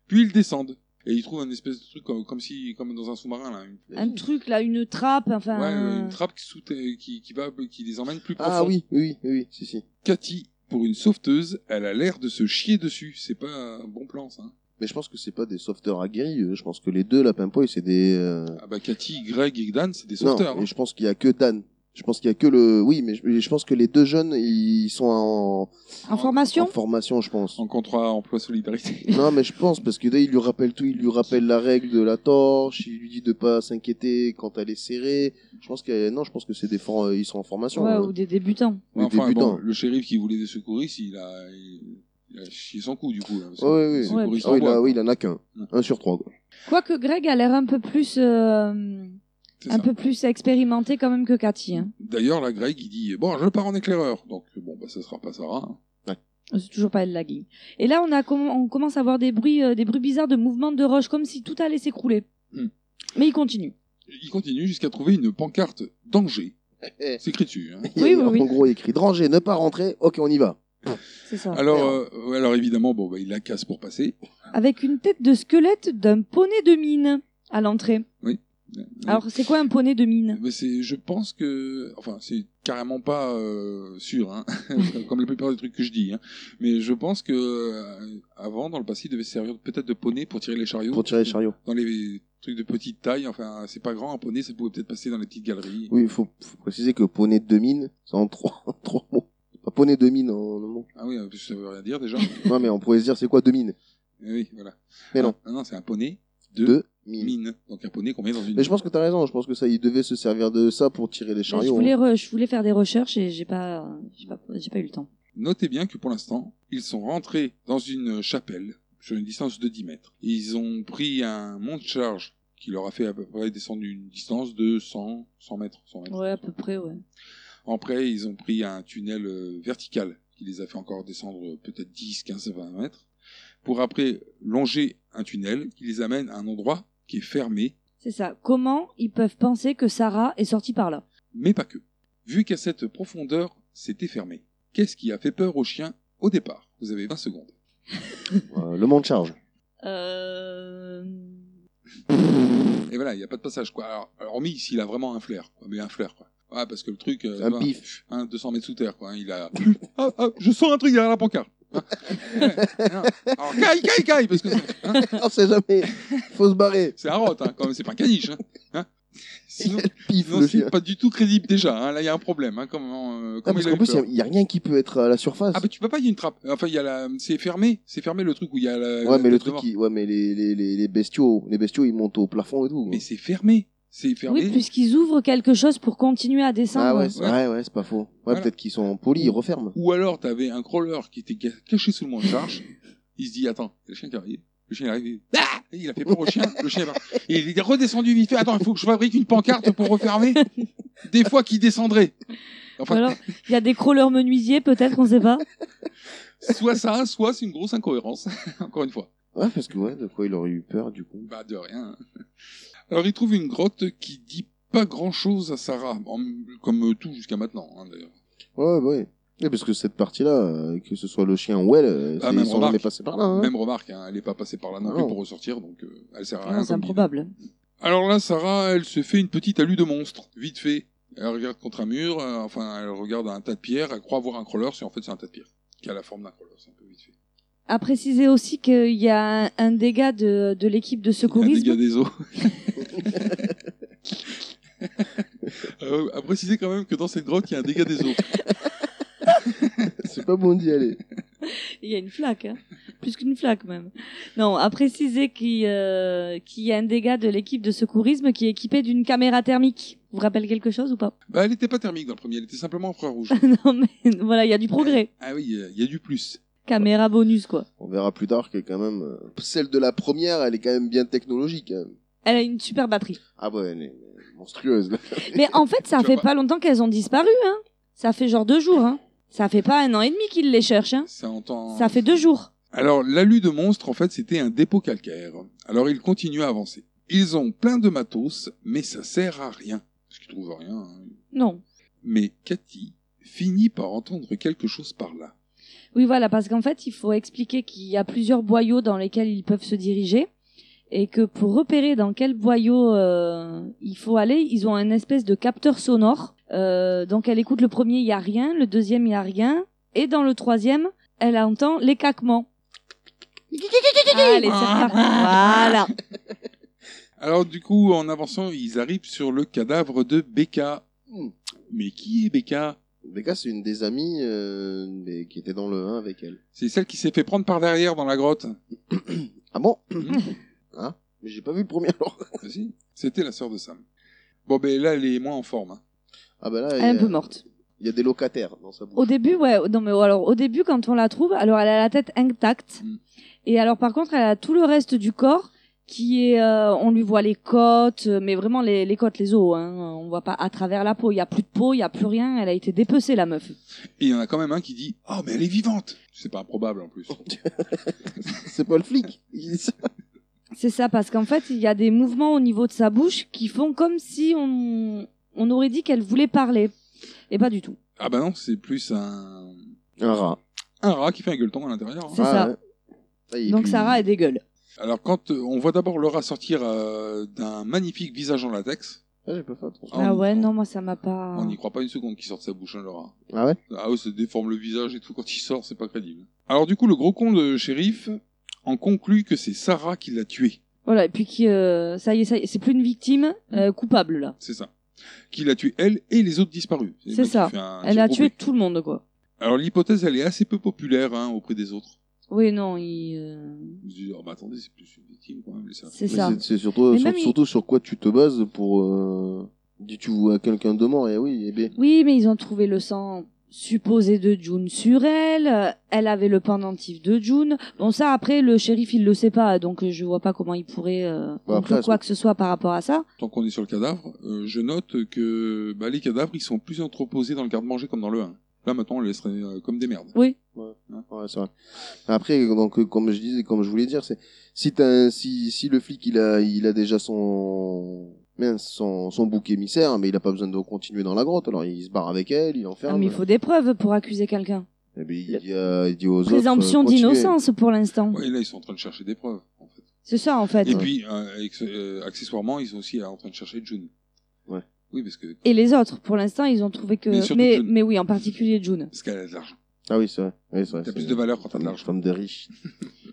S5: Puis ils descendent. Et ils trouvent un espèce de truc comme, comme si, comme dans un sous-marin là. Une,
S2: Un truc là, une trappe, enfin.
S5: ouais,
S2: un-
S5: une trappe qui, sous- qui, qui va, qui les emmène plus profond.
S6: Ben, euh, Ah oui, oui, oui, oui, si, si.
S5: Cathy, pour une sauveteuse, elle a l'air de se chier dessus. C'est pas un bon plan ça. hein.
S6: Mais je pense que c'est pas des sauveteurs aguerris. euh, Je pense que les deux, la Pimpoy, c'est des. euh,
S5: Ah bah Cathy, Greg et Dan, c'est des sauveteurs.
S6: Non, et
S5: hein.
S6: je pense qu'il y a que Dan. Je pense qu'il y a que le. Oui, mais je, je pense que les deux jeunes, ils sont en,
S2: En formation
S6: en formation, je pense.
S5: En contrat emploi solidarité.
S6: Non, mais je pense parce que là, il lui rappelle tout. Il lui rappelle la règle de la torche. Il lui dit de pas s'inquiéter quand elle est serrée. Je pense que non, je pense que c'est des for- ils sont en formation.
S2: Ouais,
S6: euh,
S2: ou des débutants.
S6: les
S5: enfin,
S6: débutants.
S5: bon, le shérif qui voulait des secouristes, il a, il, il a chié son coup du coup. Là, parce que
S6: Ouais, ouais,
S5: les
S6: ouais.
S5: secouristes
S6: Ah oui,
S5: en boivent,
S6: là, oui,
S5: quoi.
S6: il en a qu'un, un sur trois. Quoi.
S2: Quoique Greg a l'air un peu plus euh,
S5: C'est
S2: un
S5: ça.
S2: peu plus expérimenté quand même que Cathy. hein.
S5: D'ailleurs, la Greg, il dit Bon, je pars en éclaireur. Donc, bon, bah, ça sera pas Sarah. hein.
S2: C'est toujours pas elle la guigne. Et là on a comm- on commence à voir des bruits euh, des bruits bizarres de mouvements de roches comme si tout allait s'écrouler.
S5: Hmm.
S2: Mais il continue.
S5: Il continue jusqu'à trouver une pancarte danger.
S6: Eh,
S5: C'est écrit dessus. hein.
S6: il y a-
S2: Oui, oui,
S6: en
S2: oui.
S6: gros, il écrit Dranger, ne pas rentrer. Ok, on y va.
S2: C'est ça.
S5: Alors, euh, ouais, alors, évidemment, bon, bah, il la casse pour passer.
S2: Avec une tête de squelette d'un poney de mine à l'entrée. Alors c'est quoi un poney de mine
S5: Euh, Mais c'est, je pense que, enfin, c'est carrément pas euh, sûr, hein, comme la plupart des trucs que je dis. Hein. Mais je pense que euh, avant, dans le passé, il devait servir peut-être de poney pour tirer les chariots.
S6: Pour tirer les chariots.
S5: Dans les trucs de petite taille, enfin, c'est pas grand un poney, ça pouvait peut-être passer dans les petites galeries.
S6: Oui, il faut, faut préciser que poney de mine, c'est en trois, en trois mots. C'est Pas poney de mine en un mot.
S5: Ah oui, ça veut rien dire déjà.
S6: Non, mais on pourrait se dire c'est quoi de mine
S5: oui, voilà.
S6: Mais non.
S5: Ah, non, c'est un poney de,
S6: De mine.
S5: mine. Donc un poney qu'on met dans une.
S6: Mais je pense que t'as raison. Je pense que ça, il devait se servir de ça pour tirer les
S2: je
S6: chariots.
S2: voulais, re- je voulais faire des recherches et j'ai pas, j'ai pas, j'ai pas eu le temps.
S5: Notez bien que pour l'instant, ils sont rentrés dans une chapelle sur une distance de 10 mètres. Ils ont pris un mont de charge qui leur a fait à peu près descendre une distance de 100, 100 mètres. 100 mètres.
S2: Ouais à peu près ouais.
S5: Après, ils ont pris un tunnel euh, vertical qui les a fait encore descendre euh, peut-être 10, 15, 20 mètres. Pour après longer un tunnel qui les amène à un endroit qui est fermé,
S2: C'est ça. Comment ils peuvent penser que Sarah est sortie par là
S5: mais pas que. Vu qu'à cette profondeur, c'était fermé. Qu'est-ce qui a fait peur aux chiens au départ Vous avez 20 secondes.
S6: Euh, le monde charge.
S2: Euh...
S5: Et voilà, il n'y a pas de passage, quoi. Alors, hormis s'il a vraiment un flair, quoi. Mais un flair, quoi. Ouais, parce que le truc, euh,
S6: Un
S5: tu vois,
S6: pif.
S5: hein, 200 mètres sous terre, quoi. hein, il a. Ah, ah, je sens un truc derrière la pancarte. Hein. Ouais, non. Alors, caille, caille, caille, parce que c'est- hein,
S6: on sait jamais. Faut se barrer.
S5: c'est un rot, hein, quand même, c'est pas un caniche. Hein. Hein. Sinon,
S6: Pif,
S5: sinon,
S6: le
S5: c'est
S6: chien.
S5: pas du tout crédible déjà. Hein. Là, il y a un problème. Hein. Comment, euh,
S6: Ah,
S5: comment
S6: parce
S5: il a
S6: qu'en
S5: eu
S6: plus,
S5: peur.
S6: il n'y a, rien qui peut être à la surface.
S5: Ah, bah tu peux pas, il y a une trappe. Enfin, il y a la. C'est fermé. C'est fermé le truc où il y a la. la
S6: ouais, mais le
S5: tête de
S6: truc,
S5: mort.
S6: qui... ouais, mais les, les, les, les bestiaux, les bestiaux, ils montent au plafond et tout. quoi.
S5: Mais c'est fermé. C'est fermé.
S2: Oui, puisqu'ils ouvrent quelque chose pour continuer à descendre.
S6: Ah ouais, c'est-
S5: Ouais.
S6: ouais, ouais, c'est pas faux. Ouais,
S5: Voilà.
S6: peut-être qu'ils sont polis, ils referment.
S5: Ou alors, t'avais un crawler qui était ca- caché sous le mont de charge. Il se dit, attends, il y a le chien qui arrive. Le chien arrive. Il... Ah il a fait peur au chien. Le chien est parti. Et il est redescendu vite fait. Attends, il faut que je fabrique une pancarte pour refermer. Des fois qu'il descendrait.
S2: Ou
S5: Enfin,
S2: alors, il y a des crawlers menuisiers, peut-être, qu'on sait pas.
S5: soit ça, soit c'est une grosse incohérence. Encore une fois.
S6: Ouais, parce que ouais, de quoi il aurait eu peur du coup.
S5: Bah, de rien. Alors, il trouve une grotte qui dit pas grand chose à Sarah. En- Comme euh, tout jusqu'à maintenant, hein, d'ailleurs.
S6: Ouais, bah ouais. Et parce que cette partie-là, euh, que ce soit le chien ou elle, euh,
S5: Ah,
S6: c'est-
S5: même
S6: ils sont
S5: remarque.
S6: jamais passés par là.
S2: Ah
S6: hein.
S5: Même remarque, hein, elle est pas passée par là non, plus
S6: Non.
S5: pour ressortir, donc euh, elle sert
S2: Oh.
S5: à
S2: Ah
S5: rien.
S2: non, c'est
S5: comme guide.
S2: improbable.
S5: Alors là, Sarah, elle se fait une petite alu de monstre, vite fait. Elle regarde contre un mur, euh, enfin, elle regarde un tas de pierres, elle croit voir un crawler, c'est en fait c'est un tas de pierres, qui a la forme d'un crawler, c'est un peu vite fait.
S2: À préciser aussi qu'il y a un, un dégât de, de l'équipe de
S5: Un
S2: secourisme.
S5: dégât des eaux. Euh, à préciser quand même que dans cette grotte, il y a un dégât des eaux.
S6: C'est pas bon d'y aller.
S2: Il y a une flaque, hein. plus qu'une flaque même. Non, à préciser qu'il euh, qu'il y a un dégât de l'équipe de secourisme qui est équipée d'une caméra thermique. Vous rappelle quelque chose ou pas
S5: Bah, elle n'était pas thermique dans le premier, elle était simplement infrarouge.
S2: Non, mais voilà, il y a du progrès.
S5: Ah oui, il y a- il y a du plus.
S2: Caméra bonus, quoi.
S6: On verra plus tard que quand même euh, celle de la première, elle est quand même bien technologique. hein.
S2: Elle a une super batterie.
S6: Ah ouais, elle est monstrueuse. là.
S2: Mais en fait, ça
S5: Tu
S2: fait
S5: vois
S2: pas longtemps qu'elles ont disparu, hein. Ça fait genre deux jours, hein. Ça fait pas un an et demi qu'ils les cherchent, hein.
S5: Ça entend.
S2: Ça fait deux jours.
S5: Alors, l'alu de monstre, en fait, c'était un dépôt calcaire. Alors, ils continuent à avancer. Ils ont plein de matos, mais ça sert à rien. Parce qu'ils trouvent rien. hein.
S2: Non.
S5: Mais Cathy finit par entendre quelque chose par là.
S2: Oui, voilà, parce qu'en fait, il faut expliquer qu'il y a plusieurs boyaux dans lesquels ils peuvent se diriger et que pour repérer dans quel boyau euh, il faut aller, ils ont un espèce de capteur sonore. Euh, donc elle écoute le premier, il y a rien, le deuxième, il y a rien, et dans le troisième, elle entend les caquements. Allez, c'est reparti. Voilà.
S5: Alors, du coup, en avançant, ils arrivent sur le cadavre de Becca.
S6: Hmm.
S5: Mais qui est Becca
S6: Becca, c'est une des amies euh, mais qui était dans le 1 avec elle.
S5: C'est celle qui s'est fait prendre par derrière dans la grotte.
S6: Ah bon
S5: Hmm.
S6: Hein Mais j'ai pas vu le premier alors.
S5: Ah, Si, C'était la sœur de Sam. Bon, ben là, elle est moins en forme. hein.
S6: Ah bah là,
S2: Elle est
S6: il y a-
S2: un peu morte.
S6: Il y a des locataires dans sa bouche.
S2: Au début, ouais, non mais alors au début quand on la trouve, alors elle a la tête intacte
S5: Mm.
S2: et alors par contre elle a tout le reste du corps qui est, euh, on lui voit les côtes, euh, mais vraiment les, les côtes, les os, hein, on voit pas à travers la peau, il y a plus de peau, il y a plus rien, elle a été dépecée la meuf.
S5: Et il y en a quand même un qui dit Oh, mais elle est vivante C'est pas improbable en plus.
S6: C'est pas le flic. Il dit ça.
S2: C'est ça parce qu'en fait il y a des mouvements au niveau de sa bouche qui font comme si on, on aurait dit qu'elle voulait parler et pas du tout.
S5: Ah, bah non, c'est plus un.
S6: Un rat.
S5: Un rat qui fait un gueuleton à l'intérieur. hein.
S2: C'est ça.
S6: ouais. Ah, et
S2: Donc
S6: puis-
S2: Sarah elle dégueule.
S5: Alors, quand euh, on voit d'abord le rat sortir euh, d'un magnifique visage en latex,
S6: Ah, j'ai pas fait attention.
S5: Ah,
S2: Ah
S5: on-
S2: ouais non moi ça m'a pas.
S5: on n'y croit pas une seconde qu'il sorte sa bouche, hein, le rat.
S6: Ah ouais
S5: Ah ouais, ça déforme le visage et tout quand il sort, c'est pas crédible. Alors, du coup, le gros con de shérif en conclut que c'est Sarah qui l'a tué.
S2: Voilà et puis qui, euh, ça y est ça y est, c'est plus une victime
S5: Mm.
S2: euh, coupable là.
S5: C'est ça. Qui l'a tué, elle et les autres disparus. le
S2: C'est
S5: mec qui
S2: ça.
S5: fait un
S2: Elle a
S5: gros
S2: tué
S5: bruit.
S2: tout le monde, quoi.
S5: Alors, l'hypothèse, elle est assez peu populaire hein, auprès des autres.
S2: Oui, non, il, euh,
S5: Ils se disent, oh, bah attendez, c'est plus une victime quand même, les Sarah.
S2: c'est
S6: Mais
S2: ça.
S6: c'est- C'est surtout,
S2: Mais
S6: sur-
S2: même il-
S6: surtout sur quoi tu te bases pour. euh, dis- Tu vois quelqu'un de mort et oui, eh bien.
S2: Oui, mais ils ont trouvé le sang supposé de June sur elle. euh, Elle avait le pendentif de June. Bon, ça, après, le shérif, il le sait pas, donc euh, je vois pas comment il pourrait euh,
S6: Bah,
S2: conclure
S6: après,
S2: quoi
S6: c'est-
S2: que ce soit par rapport à ça.
S5: Tant qu'on est sur le cadavre, euh, je note que bah, les cadavres, ils sont plus entreposés dans le garde-manger comme dans le 1. Là, maintenant, on les laisserait euh, comme des merdes.
S6: Ouais, c'est vrai. Après, donc, euh, comme je disais, comme je voulais dire, c'est si t'as un- si si le flic il a il a déjà son mince, son son bouc émissaire, mais il a pas besoin de continuer dans la grotte. Alors il se barre avec elle, il
S2: Ah,
S6: enferme.
S2: mais il faut des preuves pour accuser quelqu'un.
S6: Eh ben, il, dit, à- il dit aux autres.
S2: Présomption
S6: euh, continuez.
S2: d'innocence pour l'instant.
S5: Ouais, et là, ils sont en train de chercher des preuves, en fait.
S2: C'est ça, en fait.
S5: Et puis, euh, ex- euh, accessoirement, ils sont aussi euh, en train de chercher June.
S6: Ouais.
S5: Oui, parce que
S2: Et les autres, pour l'instant, ils ont trouvé que.
S5: Mais surtout
S2: mais,
S5: June.
S2: mais oui, en particulier June.
S5: parce qu'elle a de l'argent.
S6: Ah oui, c'est vrai. Oui, c'est vrai.
S5: T'as
S6: c'est
S5: plus
S6: vrai.
S5: de valeur quand t'as de
S6: Femme,
S5: l'argent.
S6: femme de riche.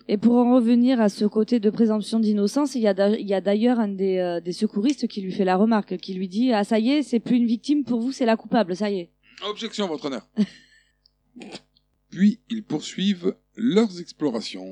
S2: Et pour en revenir à ce côté de présomption d'innocence, il y a d'a- il y a d'ailleurs un des, euh, des secouristes qui lui fait la remarque, qui lui dit Ah, ça y est, c'est plus une victime pour vous, c'est la coupable, ça y est.
S5: Objection, votre honneur. Puis, ils poursuivent leurs explorations.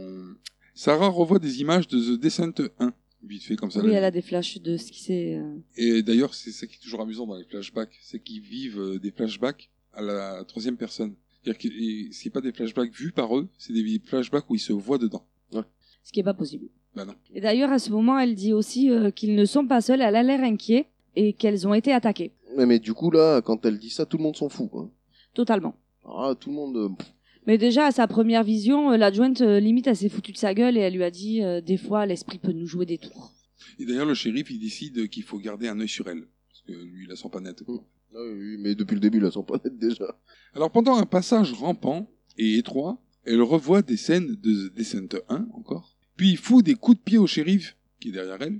S5: Sarah revoit des images de The Descent 1. Vite fait, comme ça.
S2: Oui,
S5: là.
S2: elle a des flashs de ce qui s'est. euh,
S5: Et d'ailleurs, c'est ça qui est toujours amusant dans les flashbacks, c'est qu'ils vivent euh, des flashbacks à la troisième personne. C'est-à-dire que et c'est pas des flashbacks vus par eux, c'est des flashbacks où ils se voient dedans.
S2: Ce qui est pas possible.
S5: Bah non.
S2: Et d'ailleurs, à ce moment, elle dit aussi euh, qu'ils ne sont pas seuls, elle a l'air inquiète et qu'elles ont été attaquées.
S6: Mais, mais du coup là, quand elle dit ça, tout le monde s'en fout. quoi.
S2: Totalement.
S6: Ah, tout le monde. euh, pff,
S2: Mais déjà, à sa première vision, euh, l'adjointe, euh, limite, elle s'est foutue de sa gueule et elle lui a dit euh, Des fois, l'esprit peut nous jouer des tours.
S5: Et d'ailleurs, le shérif, il décide qu'il faut garder un œil sur elle. Parce que lui, il la sent pas nette. quoi.
S6: ah oui, oui, mais depuis le début, là, sont pas net déjà.
S5: Alors, pendant un passage rampant et étroit, elle revoit des scènes de The Descent 1, encore. Puis, il fout des coups de pied au shérif, qui est derrière elle.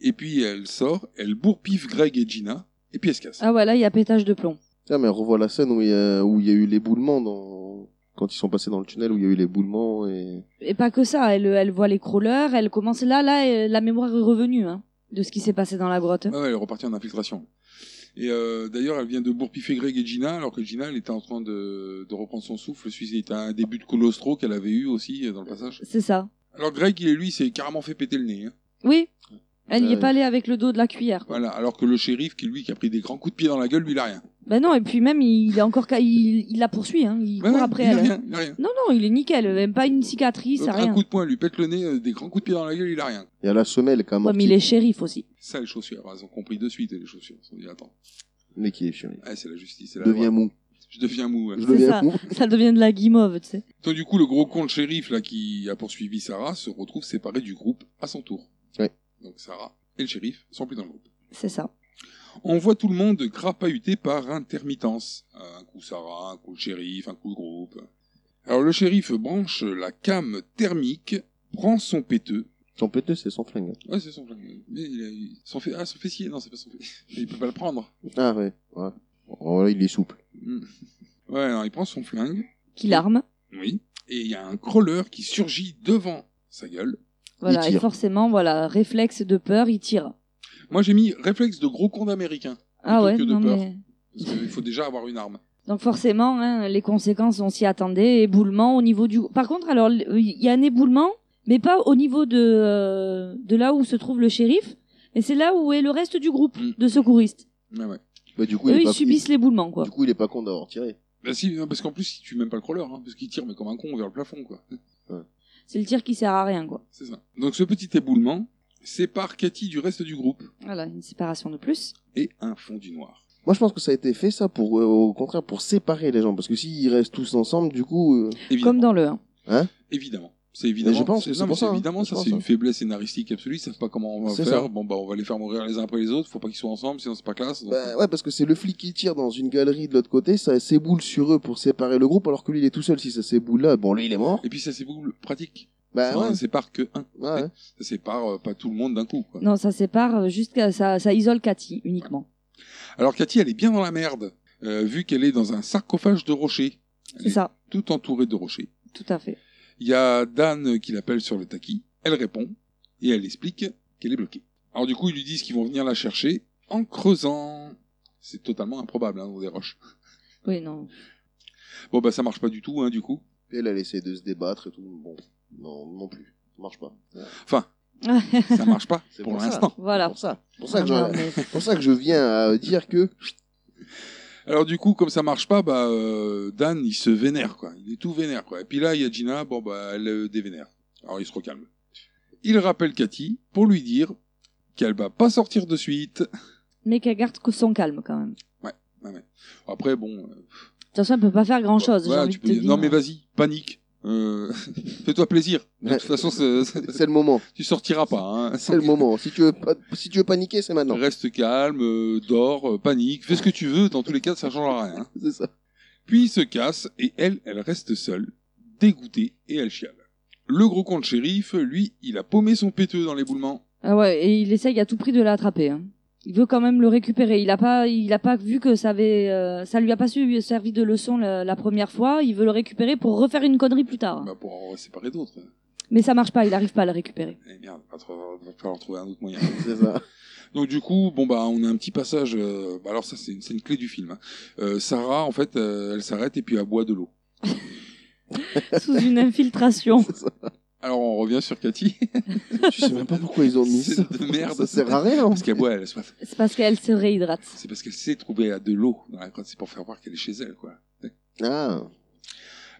S5: Et puis, elle sort, elle bourpiffe Greg et Gina, et puis elle se casse.
S2: Ah, voilà, il y a pétage de plomb.
S6: Ah, mais revois la scène où il y a, où il y a eu l'éboulement dans quand ils sont passés dans le tunnel où il y a eu l'éboulement et
S2: Et pas que ça, elle, elle voit les crawlers, elle commence là, là, euh, la mémoire est revenue hein, de ce qui s'est passé dans la grotte.
S5: Ah ouais, elle est repartie en infiltration. Et euh, d'ailleurs, elle vient de bourpiffer Greg et Gina, alors que Gina, elle était en train de, de reprendre son souffle suite à un début de colostro qu'elle avait eu aussi euh, dans le passage.
S2: C'est ça.
S5: Alors Greg, il est lui, il s'est carrément fait péter le nez. hein.
S2: Oui, elle n'y
S6: Euh,
S2: est pas allée avec le dos de la cuillère. quoi.
S5: Voilà, alors que le shérif, qui lui, qui a pris des grands coups de pied dans la gueule, lui, il a rien.
S2: Ben non, et puis même, il, est encore, ca- il, il la poursuit, hein. il
S5: Ouais,
S2: court
S5: ouais,
S2: après
S5: il a
S2: elle.
S5: rien, il a rien.
S2: Non, non, il est nickel, même pas une cicatrice,
S5: L'autre,
S2: rien.
S5: Un coup de poing, lui pète le nez, euh, des grands coups de pied dans la gueule, il a rien.
S6: Il y a la semelle quand
S2: Ouais,
S6: même.
S2: mais il est shérif aussi.
S5: Ça, les chaussures, elles ont compris de suite, les chaussures. Elles se sont dit, attends,
S6: Mais qui est chiant.
S5: ah, c'est la justice, c'est la
S6: Devient
S5: loi.
S6: mou.
S5: Je deviens mou. ouais.
S6: Je
S2: C'est
S6: deviens
S2: ça.
S6: mou.
S2: Ça devient de la guimauve, tu sais.
S5: Donc, du coup, le gros con, le shérif, là, qui a poursuivi Sarah, se retrouve séparé du groupe à son tour.
S6: Ouais.
S5: Donc, Sarah et le shérif sont plus dans le groupe.
S2: C'est ça.
S5: On voit tout le monde crapahuté par intermittence. Un coup Sarah, un coup le shérif, un coup le groupe. Alors le shérif branche la cam thermique, prend son péteux.
S6: Son péteux, c'est son flingue.
S5: Ouais, c'est son flingue. Mais il a eu- son fé- Ah, son fessier. Non, c'est pas son fessier. Il peut pas le prendre.
S6: Ah ouais. ouais. Bon, voilà, il est souple.
S5: Hmm. Ouais, alors il prend son flingue.
S2: Qui l'arme.
S5: Oui. Et il y a un crawler qui surgit devant sa gueule.
S2: Voilà, et
S6: tire.
S2: forcément, voilà, réflexe de peur, il tire.
S5: Moi, j'ai mis réflexe de gros con d'américain.
S2: Ah
S5: Plutôt
S2: ouais,
S5: que de
S2: non
S5: peur.
S2: mais.
S5: Parce qu'il faut déjà avoir une arme.
S2: Donc forcément, hein, les conséquences, on s'y attendait. Éboulement au niveau du. Par contre, alors l- il y a un éboulement, mais pas au niveau de euh, de là où se trouve le shérif, mais c'est là où est le reste du groupe
S5: Mm.
S2: de secouristes.
S5: Ouais, ouais.
S6: Bah, du coup, il
S2: Eux,
S6: est
S2: ils
S6: pas...
S2: subissent l'éboulement, quoi.
S6: Du coup, il est pas con d'avoir tiré.
S5: Bah, si, non, parce qu'en plus, il tue même pas le crawler. Hein, parce qu'il tire, mais comme un con, vers le plafond, quoi.
S2: C'est le tir qui sert à rien, quoi.
S5: C'est ça. Donc ce petit éboulement sépare Cathy du reste du groupe
S2: Voilà, une séparation de plus.
S5: et un fond du noir.
S6: Moi, je pense que ça a été fait, ça, pour, euh, au contraire, pour séparer les gens. Parce que s'ils restent tous ensemble, du coup, euh,
S5: Évidemment.
S2: Comme dans le 1.
S5: Évidemment. C'est évidemment.
S6: Mais je pense
S5: c'est-
S6: que c'est
S5: non, mais
S6: pour ça, hein.
S5: Évidemment,
S6: Je
S5: ça,
S6: pense,
S5: c'est une
S6: hein.
S5: faiblesse scénaristique absolue. Ils savent pas comment on va
S6: C'est
S5: faire.
S6: ça.
S5: Bon, bah, on va les faire mourir les uns après les autres. Faut pas qu'ils soient ensemble, sinon c'est pas classe. Donc,
S6: bah, ouais, parce que c'est le flic qui tire dans une galerie de l'autre côté, ça s'éboule sur eux pour séparer le groupe, alors que lui, il est tout seul. Si ça s'éboule là, bon, lui, il est mort.
S5: Et puis ça c'est beaucoup pratique.
S6: Bah
S5: ça
S6: ouais.
S5: ne sépare que un.
S6: Ouais, ouais.
S5: Ça sépare euh, pas tout le monde d'un coup. Quoi.
S2: Non, ça sépare euh, jusqu'à ça, ça isole Cathy uniquement.
S5: Alors Cathy, elle est bien dans la merde, euh, vu qu'elle est dans un sarcophage de rochers,
S2: C'est ça,
S5: tout entouré de rochers.
S2: tout à fait.
S5: Il y a Dan qui l'appelle sur le taquis. Elle répond et elle explique qu'elle est bloquée. Alors du coup, ils lui disent qu'ils vont venir la chercher en creusant. C'est totalement improbable hein, dans des roches.
S2: Oui, non.
S5: Bon bah ça marche pas du tout hein, du coup.
S6: Et elle, elle essaie de se débattre et tout. Bon, non, non plus. Ça marche pas. Ouais.
S5: Enfin, ça marche pas
S6: C'est
S5: pour
S6: pour ça.
S5: l'instant.
S2: voilà.
S6: Pour ça. Pour ça que
S2: Ah,
S6: je,
S2: mais-
S6: pour ça que je viens à dire que
S5: Alors du coup, comme ça marche pas, bah euh, Dan il se vénère quoi. Il est tout vénère quoi. Et puis là, il y a Gina, bon bah elle euh, dévénère. Alors il se recalme. Il rappelle Cathy pour lui dire qu'elle va pas sortir de suite.
S2: mais qu'elle garde son calme quand même. De
S5: Après bon, euh,
S2: toute façon, elle peut pas faire grand chose.
S5: Voilà,
S2: j'ai envie
S5: tu
S2: de
S5: peux
S2: te
S5: dire,
S2: dire.
S5: Non mais vas-y, panique. Euh, Fais-toi plaisir. De
S6: Ouais.
S5: toute façon, c'est- c'est-
S6: c'est le moment.
S5: tu sortiras pas. hein.
S6: C'est le moment. Si tu veux, pas- si tu veux paniquer, c'est maintenant.
S5: Reste calme, euh, dors, euh, panique, fais ce que tu veux. Dans tous les cas, ça changera rien.
S6: C'est ça.
S5: Puis il se casse et elle, elle reste seule, dégoûtée et elle chiale. Le gros con de shérif, lui, il a paumé son péteux dans l'éboulement.
S2: Ah ouais, et il essaye à tout prix de l'attraper. hein. Il veut quand même le récupérer. Il a pas, il a pas vu que ça avait, euh, ça lui a pas su- servi de leçon la, la première fois. Il veut le récupérer pour refaire une connerie plus tard.
S5: Bah, pour en séparer d'autres.
S2: Mais ça marche pas. Il arrive pas à le récupérer.
S5: Eh merde, va trop- va falloir trouver un autre moyen.
S6: C'est ça.
S5: Donc du coup, bon bah on a un petit passage. euh, bah, alors ça c'est une scène clé du film. hein. Euh, Sarah en fait, euh, elle s'arrête et puis elle boit de l'eau.
S2: Sous une infiltration.
S6: C'est ça.
S5: Alors on revient sur Cathy.
S6: Je sais même pas pourquoi ils ont mis
S5: C'est
S6: ça.
S5: de merde.
S6: Ça sert à rien.
S5: parce qu'elle boit, elle a soif.
S2: C'est parce qu'elle se réhydrate.
S5: C'est parce qu'elle sait trouver à de l'eau dans la grotte. C'est pour faire voir qu'elle est chez elle, quoi.
S6: Ah.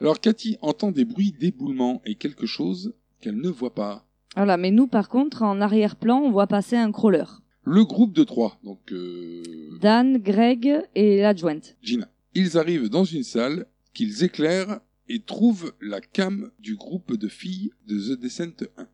S5: Alors Cathy entend des bruits d'éboulement et quelque chose qu'elle ne voit pas.
S2: Voilà. Mais nous, par contre, en arrière-plan, on voit passer un crawler.
S5: Le groupe de trois, donc euh,
S2: Dan, Greg et l'adjointe.
S5: Gina, ils arrivent dans une salle qu'ils éclairent et trouvent la cam du groupe de filles de The Descent 1.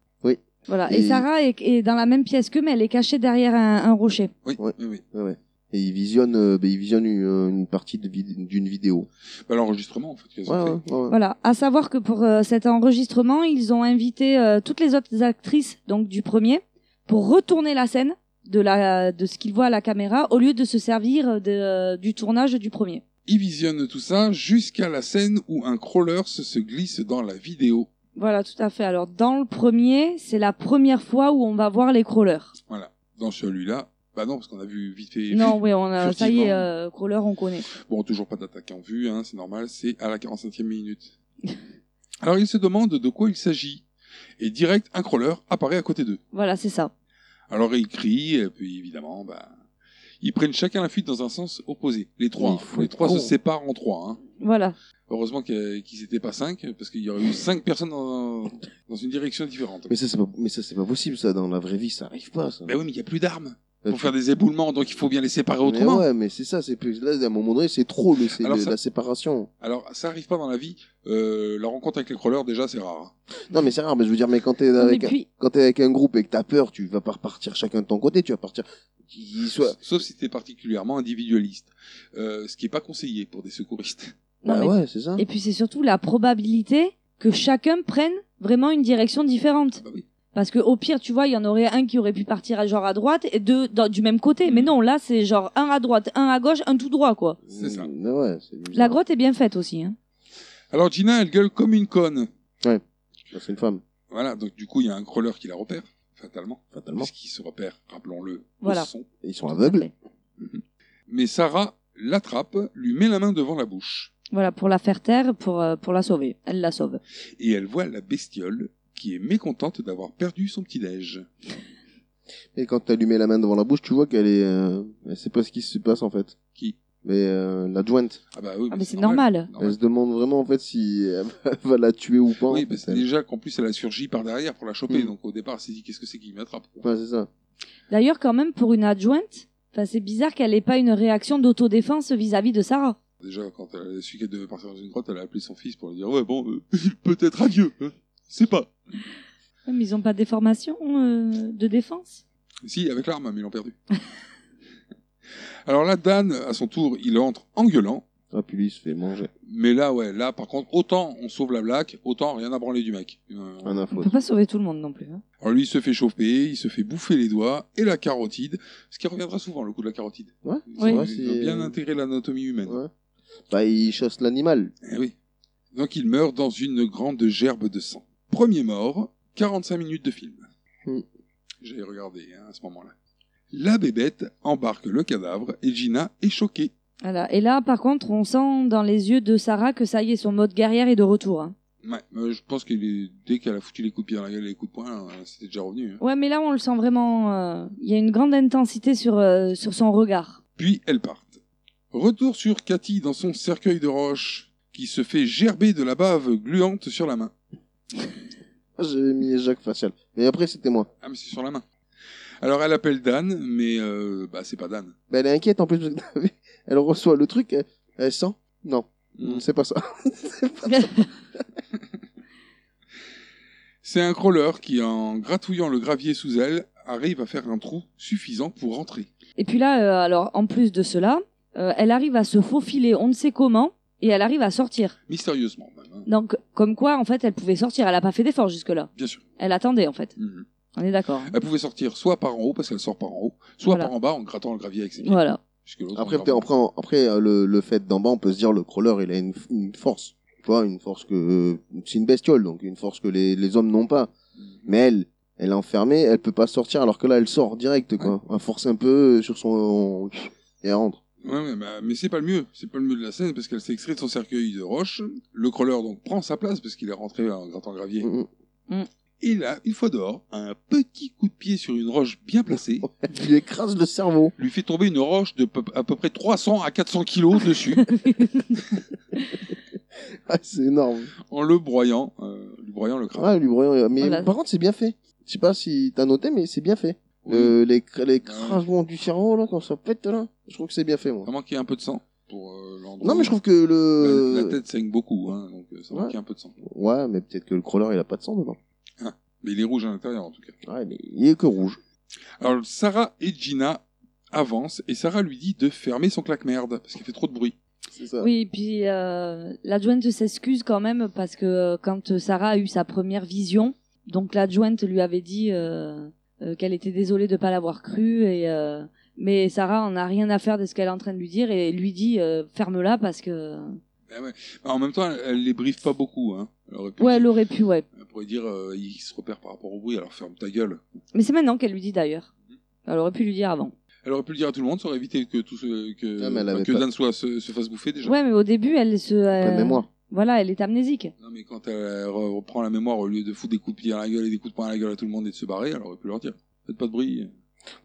S2: Voilà. Et,
S6: Et-
S2: Sarah est, est dans la même pièce qu'eux, mais elle est cachée derrière un, un rocher.
S5: Oui,
S6: Ouais.
S5: oui, oui.
S6: Ouais, ouais. Et il visionne, euh, ben, il visionne une, euh, une partie de vid- d'une vidéo.
S5: Bah, L'enregistrement, en fait. qu'elles
S6: Ouais,
S5: ont
S6: ouais,
S5: fait.
S6: ouais, ouais.
S2: Voilà, à savoir que pour euh, cet enregistrement, ils ont invité euh, toutes les autres actrices donc du premier pour retourner la scène de la de ce qu'ils voient à la caméra au lieu de se servir de, euh, du tournage du premier.
S5: Ils visionnent tout ça jusqu'à la scène où un crawler se, se glisse dans la vidéo.
S2: Voilà, tout à fait. Alors dans le premier, c'est la première fois où on va voir les crawlers.
S5: Voilà. Dans celui-là, bah non, parce qu'on a vu vite fait.
S2: Non, oui, on a ça y est,
S5: furtivement.
S2: euh, crawlers, on connaît.
S5: Bon, toujours pas d'attaque en vue, hein, c'est normal, c'est à la 45e minute. Alors ils se demandent de quoi il s'agit. Et direct, un crawler apparaît à côté d'eux.
S2: Voilà, c'est ça.
S5: Alors ils crient, et puis évidemment, bah, Ils prennent chacun la fuite dans un sens opposé. Les trois.
S6: Il
S5: hein.
S6: faut
S5: Les
S6: être
S5: trois se
S6: con.
S5: séparent en trois. hein.
S2: Voilà.
S5: Heureusement qu'il y a- qu'ils n'étaient pas cinq, parce qu'il y aurait eu cinq personnes dans, un- dans une direction différente.
S6: Mais ça, c'est pas, mais ça, c'est pas possible, ça. Dans la vraie vie, ça arrive pas, ça.
S5: Ben oui, mais il n'y a plus d'armes
S6: Euh,
S5: pour faire des éboulements, donc il faut bien les séparer
S6: mais
S5: autrement.
S6: ouais, mais c'est ça, c'est plus, là, à un moment donné, c'est trop, le, c'est
S5: Alors
S6: le-
S5: ça-
S6: la séparation.
S5: Alors, ça arrive pas dans la vie. Euh, la rencontre avec les crawlers, déjà, c'est rare. hein.
S6: Non, mais c'est rare, mais je veux dire, mais quand t'es
S2: Mais
S6: avec, un-
S2: puis,
S6: quand t'es avec un groupe et que t'as peur, tu vas pas repartir chacun de ton côté, tu vas partir, qu'il soit,
S5: Sauf si t'es particulièrement individualiste. Euh, ce qui est pas conseillé pour des secouristes.
S2: non,
S6: bah
S2: mais-
S6: ouais, c'est ça.
S2: Et puis c'est surtout la probabilité que chacun prenne vraiment une direction différente.
S5: Bah oui.
S2: Parce que au pire, tu vois, il y en aurait un qui aurait pu partir à genre à droite et deux dans- du même côté. Mais non, là c'est genre un à droite, un à gauche, un tout droit quoi.
S5: C'est ça.
S6: Mais ouais, c'est bizarre.
S2: La grotte est bien faite aussi. Hein.
S5: Alors, Gina, elle gueule comme une conne.
S6: Bah, C'est une femme,
S5: Voilà, donc du coup, il y a un crawler qui la repère, fatalement.
S6: fatalement.
S5: Parce qu'il se repère, rappelons-le,
S2: Voilà.
S5: au son.
S6: Ils sont aveugles.
S5: Mais Sarah l'attrape, lui met la main devant la bouche,
S2: Voilà pour la faire taire, pour euh, pour la sauver. Elle la sauve.
S5: et elle voit la bestiole qui est mécontente d'avoir perdu son petit-déj.
S6: Et quand t'as lui mets la main devant la bouche, tu vois qu'elle est, euh, elle sait pas ce qui se passe, en fait.
S5: Qui
S6: Mais, euh, l'adjointe.
S5: Ah bah oui,
S2: Ah mais c'est normal.
S6: Elle se demande vraiment, en fait, si elle va- va la tuer ou
S5: Oui,
S6: pas. en fait,
S5: parce que
S6: elle.
S5: déjà qu'en plus elle a surgi par derrière pour la choper,
S6: Mm.
S5: donc au départ elle s'est dit qu'est-ce que c'est qui m'attrape
S6: Ouais, c'est ça.
S2: D'ailleurs, quand même pour une adjointe, enfin c'est bizarre qu'elle ait pas une réaction d'autodéfense vis-à-vis de Sarah.
S5: Déjà, quand elle a su qu'elle devait partir dans une grotte, elle a appelé son fils pour lui dire Ouais, bon, euh, peut-être adieu, hein, c'est pas.
S2: Ouais, Mais ils ont pas des formations euh, de défense.
S5: Si, avec l'arme, mais ils l'ont perdu. Alors là, Dan, à son tour, il entre en gueulant.
S6: Ah, puis lui, il se fait manger.
S5: Mais là, ouais, là, par contre, autant on sauve la blague, autant rien à branler du mec. Euh,
S6: Un
S2: On
S6: info.
S2: peut pas sauver tout le monde non plus. hein.
S5: Alors lui, il se fait choper, il se fait bouffer les doigts et la carotide, ce qui reviendra souvent, le coup de la carotide.
S6: Ouais,
S5: Ils
S2: Oui.
S5: ont-
S6: Ouais,
S5: ils ont
S6: c'est-
S5: bien intégré l'anatomie humaine.
S6: Ouais. Bah, il chasse l'animal.
S5: Eh oui. Donc il meurt dans une grande gerbe de sang. Premier mort, 45 minutes de film.
S6: Hmm.
S5: J'ai regardé hein, à ce moment-là. La bébête embarque le cadavre et Gina est choquée.
S2: Voilà. Et là, par contre, on sent dans les yeux de Sarah que ça y est, son mode guerrière est de retour. hein.
S5: Ouais, euh, je pense que dès qu'elle a foutu les coups de pied dans la gueule et les coups de poing, euh, c'était déjà revenu. hein.
S2: Ouais, mais là, on le sent vraiment. euh, Il y a une grande intensité sur, euh, sur son regard.
S5: Puis elles partent. Retour sur Cathy dans son cercueil de roche, qui se fait gerber de la bave gluante sur la main.
S6: Ah, J'avais mis Jacques facial. Mais après, c'était moi.
S5: Ah mais c'est sur la main. Alors elle appelle Dan, mais euh, bah c'est pas Dan.
S6: Bah, elle est inquiète en plus parce que t'as vu, elle reçoit le truc, elle, elle sent. Non,
S5: Hmm.
S6: c'est pas ça.
S5: C'est un crawler qui, en gratouillant le gravier sous elle, arrive à faire un trou suffisant pour rentrer.
S2: Et puis là, euh, alors, en plus de cela, euh, elle arrive à se faufiler, on ne sait comment, et elle arrive à sortir.
S5: Mystérieusement, même. hein.
S2: Donc, comme quoi, en fait, elle pouvait sortir. Elle a pas fait d'effort jusque-là.
S5: Bien sûr.
S2: Elle attendait, en fait.
S5: Mhm.
S2: On est d'accord. hein.
S5: Elle pouvait sortir soit par en haut, parce qu'elle sort par en haut, soit
S2: Voilà.
S5: par en bas en grattant le gravier avec ses pieds.
S2: Voilà.
S5: Puisque l'autre,
S6: Après,
S5: on
S6: peut-être,
S5: l'a-
S6: après, après, euh, le, le fait d'en bas, on peut se dire le crawler, il a une, une force. Tu vois, une force que. euh, c'est une bestiole, donc une force que les, les hommes n'ont pas. Mais elle, elle est enfermée, elle peut pas sortir, alors que là, elle sort direct, quoi. Elle force un peu euh, sur son. Et elle rentre.
S5: Ouais, ouais, bah, mais c'est pas le mieux. C'est pas le mieux de la scène, parce qu'elle s'est extraite de son cercueil de roche. Le crawler, donc, prend sa place, parce qu'il est rentré en grattant le gravier.
S6: Mhm.
S5: Et là, une fois dehors, un petit coup de pied sur une roche bien placée
S6: Elle lui écrase le cerveau.
S5: lui fait tomber une roche de peu- à peu près 300 à 400 kilos dessus.
S6: Ah, c'est énorme.
S5: en le broyant, euh, lui broyant le crâne.
S6: Ah, lui broyant. Mais
S2: Voilà.
S6: par contre, c'est bien fait. Je sais pas si t'as noté, mais c'est bien fait.
S5: Oui.
S6: Euh, les cr- l'écrasement du cerveau, là, quand ça pète, là. Je trouve que c'est bien fait, moi.
S5: Vraiment qu'il y ait un peu de sang pour euh, l'endroit.
S6: Non, mais je trouve que
S5: La-
S6: le.
S5: La, tête saigne beaucoup, hein, donc euh, ça manque
S6: Ouais.
S5: qu'il y ait un peu de sang.
S6: Ouais, mais peut-être que le crawler, il a pas de sang dedans.
S5: Mais il est rouge à l'intérieur en tout cas.
S6: Ouais, mais il est que rouge.
S5: Alors Sarah et Gina avancent et Sarah lui dit de fermer son claque-merde parce qu'il fait trop de bruit.
S6: C'est ça.
S2: Oui, et puis euh, l'adjointe s'excuse quand même parce que euh, quand Sarah a eu sa première vision, donc l'adjointe lui avait dit euh, euh, qu'elle était désolée de ne pas l'avoir cru, et, euh, mais Sarah en a rien à faire de ce qu'elle est en train de lui dire et lui dit euh, ferme-la parce que.
S5: Alors, Bah, en même temps, elle, elle les briefe pas beaucoup. Hein. Elle, aurait pu
S2: Ouais, elle aurait pu, ouais.
S5: elle pourrait dire euh, il se repère par rapport au bruit, alors ferme ta gueule.
S2: Mais c'est maintenant qu'elle lui dit d'ailleurs. Elle aurait pu lui dire avant.
S5: Elle aurait pu le dire à tout le monde, ça aurait évité que tout ce, que,
S6: Ah, mais elle
S5: enfin,
S6: avait
S5: que
S6: pas-
S5: Dan soit, se, se fasse bouffer déjà.
S2: Ouais, mais au début, elle se.
S6: Pas
S2: euh,
S6: de mémoire.
S2: Voilà, elle est amnésique.
S5: Non mais quand elle re- reprend la mémoire au lieu de foutre des coups de pied à la gueule et des coups de poing à la gueule à tout le monde et de se barrer, elle aurait pu leur dire faites pas de bruit,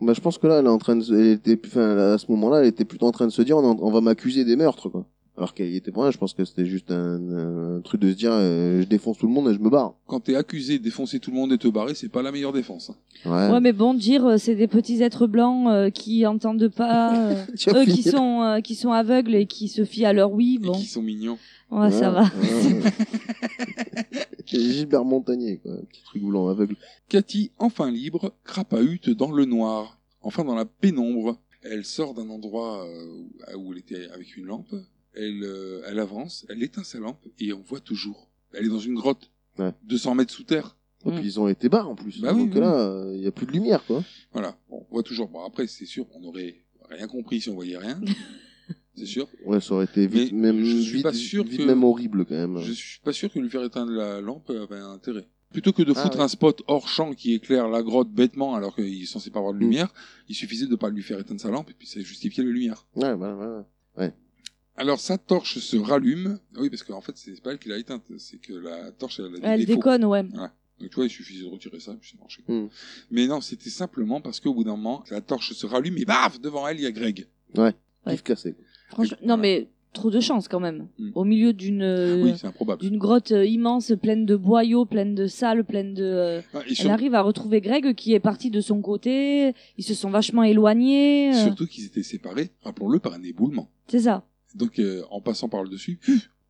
S6: Bah, je pense que là, elle est en train de, se- elle était, enfin, à ce moment-là, elle était plutôt en train de se dire, on, on va m'accuser des meurtres, quoi. Alors qu'elle y était pour rien, je pense que c'était juste un, un truc de se dire, euh, je défonce tout le monde et je me barre.
S5: Quand t'es accusé de défoncer tout le monde et te barrer, c'est pas la meilleure défense. hein.
S6: Ouais.
S2: Ouais, mais bon, dire euh, c'est des petits êtres blancs euh, qui entendent pas, euh,
S6: Tu as
S2: eux
S6: fini.
S2: qui sont euh, qui sont aveugles et qui se fient à leur oui,
S5: Et
S2: bon,
S5: qui sont mignons.
S2: ouais, ça va.
S6: ouais, ouais. Gilbert Montagnier, quoi. un Petit truc blanc aveugle.
S5: Cathy, enfin libre, crapahute dans le noir, enfin dans la pénombre. Elle sort d'un endroit euh, où elle était avec une lampe, elle, euh, elle avance, elle éteint sa lampe et on voit toujours. Elle est dans une grotte,
S6: Ouais.
S5: 200 mètres sous terre.
S2: Mm.
S6: Et puis ils ont été barres en plus.
S5: Bah oui,
S6: Donc
S5: oui.
S6: là, il n'y a plus de lumière, quoi.
S5: Voilà, on voit toujours. Bon, après, c'est sûr, on n'aurait rien compris si on voyait rien. c'est sûr.
S6: Ouais, ça aurait été vite,
S5: Mais
S6: même,
S5: je suis
S6: vite,
S5: pas sûr
S6: vite
S5: que-
S6: même horrible quand même.
S5: Je suis pas sûr que lui faire éteindre la lampe avait un intérêt. Plutôt que de
S6: Ah,
S5: foutre
S6: ouais.
S5: un spot hors champ qui éclaire la grotte bêtement alors qu'il est censé pas avoir de
S6: Mm.
S5: lumière, il suffisait de pas lui faire éteindre sa lampe et puis ça justifiait la lumière.
S6: Ouais, bah, ouais, ouais.
S5: Alors sa torche se rallume. Ah Oui, parce qu'en fait, c'est pas elle qui l'a éteinte, c'est que la torche, elle a des
S2: Elle
S5: défauts.
S2: déconne, ouais.
S5: Donc tu vois, il suffisait de retirer ça, puis ça marchait.
S6: Mm.
S5: Mais non, c'était simplement parce qu'au bout d'un moment, la torche se rallume et baf Devant elle, il y a Greg.
S2: Ouais.
S6: Vif cassé. quoi.
S2: Franchement,
S5: Et-
S2: non mais trop de chance quand même.
S5: Mm.
S2: Au milieu d'une euh,
S5: Oui, c'est improbable.
S2: d'une grotte euh, immense, pleine de boyaux, pleine de salles, pleine de. euh,
S5: Ah, et
S2: Elle
S5: sur-
S2: arrive à retrouver Greg qui est parti de son côté. Ils se sont vachement éloignés. euh,
S5: Surtout qu'ils étaient séparés, rappelons-le, par un éboulement.
S2: C'est ça,
S5: Donc, euh, en passant par le dessus,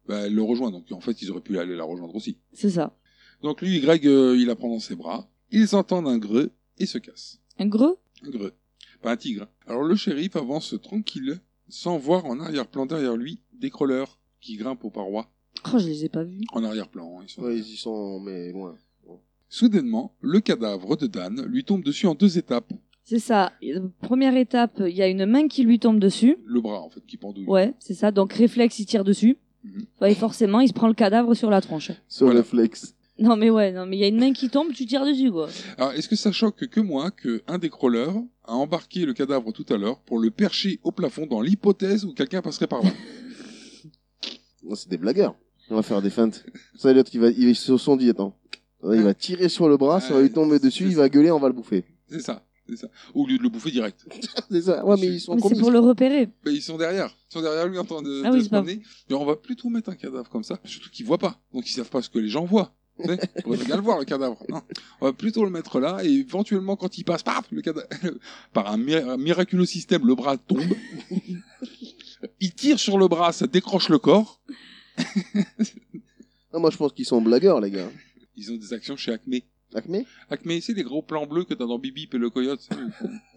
S5: bah, elle le rejoint. Donc, en fait, ils auraient pu aller la rejoindre aussi.
S2: c'est ça.
S5: Donc, lui, Greg, euh, il la prend dans ses bras. Ils entendent un greu et se cassent.
S2: Un gros.
S5: Un greu. Pas un tigre. hein. Alors, le shérif avance tranquille, sans voir en arrière-plan derrière lui des crawlers qui grimpent aux parois.
S2: Oh, je les ai pas vus.
S5: En arrière-plan, hein, ils sont
S6: Ouais, ils y sont, mais loin.
S5: Soudainement, le cadavre de Dan lui tombe dessus en deux étapes.
S2: C'est ça. Euh, Première étape, il y a une main qui lui tombe dessus.
S5: Le bras, en fait, qui pendouille.
S2: Ouais, c'est ça. Donc réflexe, il tire dessus.
S5: Mhm.
S2: Ouais, et forcément, il se prend le cadavre sur la tronche.
S6: Sur
S5: Voilà.
S6: le flex.
S2: Non mais ouais, non mais il y a une main qui tombe, tu tires dessus quoi.
S5: Alors, est-ce que ça choque que moi que un des crawlers a embarqué le cadavre tout à l'heure pour le percher au plafond dans l'hypothèse où quelqu'un passerait par là
S6: Non, c'est des blagueurs. On va faire des feintes. Ça, l'autre, il va, ils se sont dit, attends. Ah, Il va tirer sur le bras, ça va lui tomber dessus, il va gueuler, on va le bouffer.
S5: C'est ça, c'est ça. Au lieu de le bouffer direct.
S6: C'est ça. Ouais, mais ils sont
S2: Mais c'est
S6: complices.
S2: pour le repérer.
S5: Mais ils sont derrière. Ils sont derrière lui en train de,
S2: Ah
S5: de
S2: oui,
S5: se
S2: c'est pas-
S5: promener. Mais on va plutôt mettre un cadavre comme ça. Surtout qu'ils voient pas. Donc ils savent pas ce que les gens voient. Tu sais, On va bien le voir, le cadavre. hein. On va plutôt le mettre là. Et éventuellement, quand il passe, paf, le cadavre, par un, mi- un miraculeux système, le bras tombe. il tire sur le bras, ça décroche le corps.
S6: Non, moi, je pense qu'ils sont blagueurs, les gars.
S5: Ils ont des actions chez Acme.
S6: Acme
S5: Acme, c'est les gros plans bleus que t'as dans Bibip et le Coyote. c'est une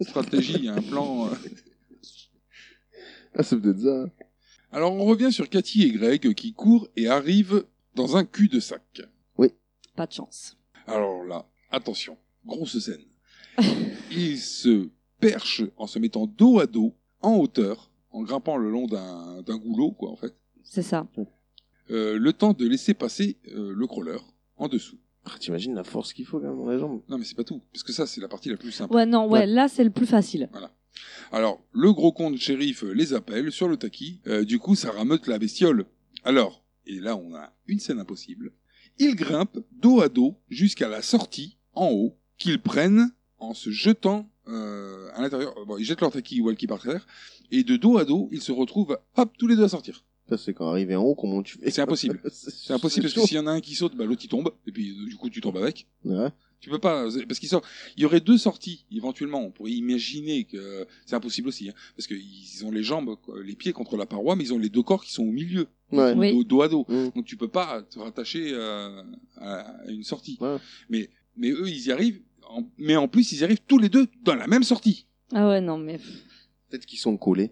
S5: Stratégie, il y a un plan. euh.
S6: Ah, c'est peut-être ça. hein.
S5: Alors on revient sur Cathy et Greg qui courent et arrivent dans un cul-de-sac.
S2: Pas de chance.
S5: Alors là, attention, grosse scène. Ils se perchent en se mettant dos à dos, en hauteur, en grimpant le long d'un d'un goulot, quoi, en fait.
S2: C'est ça.
S5: Euh, le temps de laisser passer euh, le crawler en dessous.
S6: Ah, T'imagines la force qu'il faut, quand même, dans les jambes.
S5: Non, mais c'est pas tout, parce que ça, c'est la partie la plus simple.
S2: Ouais non ouais,
S6: Ouais.
S2: là c'est le plus facile.
S5: Alors, le gros con de shérif euh, les appelle sur le taquis. Euh, du coup, ça rameute la bestiole. Alors, et là, on a une scène impossible. Ils grimpent dos à dos jusqu'à la sortie en haut qu'ils prennent en se jetant euh, à l'intérieur. Bon, ils jettent leur taquis walkie par terre et de dos à dos, ils se retrouvent hop tous les deux à sortir.
S6: Ça, c'est quand arrivé en haut, comment tu fais
S5: C'est impossible. C'est impossible parce
S6: chaud.
S5: que s'il y en a un qui saute, bah, l'autre il tombe et puis du coup tu tombes avec.
S6: Ouais.
S5: Tu peux pas, c'est- parce qu'il sort. Il y aurait deux sorties éventuellement. On pourrait imaginer que c'est impossible aussi, hein, parce qu'ils ont les jambes, quoi, les pieds contre la paroi, mais ils ont les deux corps qui sont au milieu,
S6: Ouais.
S2: Oui.
S5: dos, dos à dos.
S6: Mm.
S5: Donc tu peux pas te rattacher euh, à à une sortie.
S6: Ouais.
S5: Mais mais eux ils y arrivent. en- mais en plus ils y arrivent tous les deux dans la même sortie.
S2: Ah ouais non mais
S6: Peut-être qu'ils sont collés.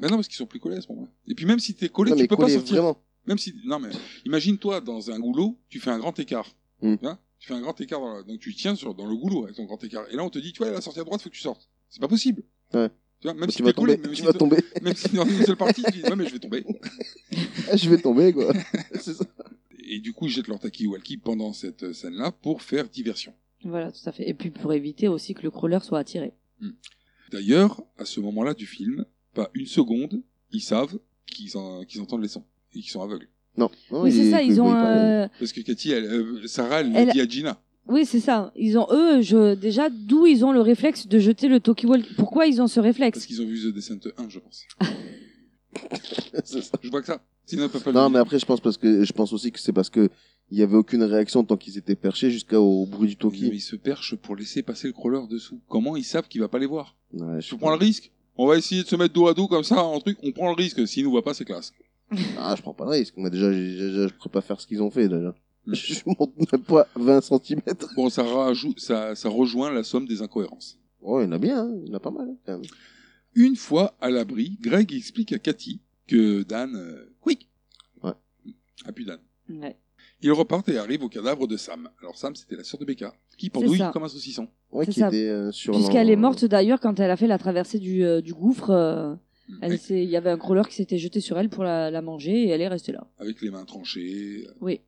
S5: Mais non parce qu'ils sont plus collés à ce moment-là. Et puis même si t'es collé,
S6: non,
S5: tu
S6: mais
S5: peux pas
S6: collés,
S5: sortir.
S6: vraiment.
S5: Même si non mais imagine-toi dans un goulot, tu fais un grand écart.
S6: Mm.
S5: Tu vois tu fais un grand écart dans la- donc tu tiens sur dans le goulot avec ton grand écart. Et là on te dit tu vois la sortie à droite faut que tu sortes. C'est pas possible.
S6: Ouais.
S5: Tu vois même
S6: Bah,
S5: si
S6: tu
S5: t'es
S6: vas
S5: collé,
S6: tomber.
S5: même
S6: Tu
S5: si
S6: vas
S5: t'es-
S6: tomber.
S5: même si dans une seule partie tu dis ouais mais je vais tomber.
S6: Ah, Je vais tomber, quoi. c'est ça.
S5: Et du coup ils jettent leur taki walkie pendant cette scène là pour faire diversion.
S2: voilà tout à fait. Et puis pour éviter aussi que le crawler soit attiré.
S5: D'ailleurs à ce moment-là du film, pas une seconde, ils savent qu'ils en- qu'ils entendent les sons et qu'ils sont aveugles.
S6: Non. non
S2: oui c'est
S6: il-
S2: ça
S6: il-
S2: ils
S6: il
S2: ont
S6: voyait pas.
S2: euh,
S5: Parce que Cathy, elle, euh, Sarah, elle,
S2: Elle-
S5: dit à Gina.
S2: Oui, c'est ça. Ils ont eux, je, déjà, d'où ils ont le réflexe de jeter le Tokiwalki Pourquoi ils ont ce réflexe
S5: Parce qu'ils ont vu The Descent 1, je pense.
S6: C'est ça.
S5: Je vois que ça. Sinon, ils peuvent pas le
S6: Non,
S5: dire.
S6: mais après, je pense parce que je pense aussi que c'est parce que il y avait aucune réaction tant qu'ils étaient perchés jusqu'au bruit du
S5: Mais
S6: Toki.
S5: ils se perchent pour laisser passer le crawler dessous. Comment ils savent qu'il va pas les voir
S6: Ouais,
S5: Je prends le risque. On va essayer de se mettre dos à dos comme ça en truc. On prend le risque. S'ils nous voient pas, c'est classe.
S6: Ah, je prends pas de risque. Moi, déjà, j'ai- déjà, je pourrais pas faire ce qu'ils ont fait, déjà.
S5: Mm.
S6: Je monte même pas 20 cm.
S5: Bon, ça, rajoute, ça, ça rejoint la somme des incohérences.
S6: Oh, il y en a bien, hein. il y en a pas mal. hein, quand même.
S5: Une fois à l'abri, Greg explique à Cathy que Dan. euh, quick
S6: Ouais.
S5: Appuie Dan.
S2: Ouais.
S5: Ils repartent et arrivent au cadavre de Sam. Alors, Sam, c'était la sœur de Becca, qui
S2: C'est
S5: pendouille
S2: ça.
S5: comme un saucisson.
S6: Ouais,
S2: C'est
S6: qui
S2: ça.
S6: était euh, sur
S2: Puisqu'elle
S6: l'en-
S2: est morte d'ailleurs quand elle a fait la traversée du, euh, du gouffre. euh, elle
S5: Avec-
S2: s'est- Il y avait un crawler qui s'était jeté sur elle pour la, la manger et elle est restée là.
S5: Avec les mains tranchées.
S2: Oui.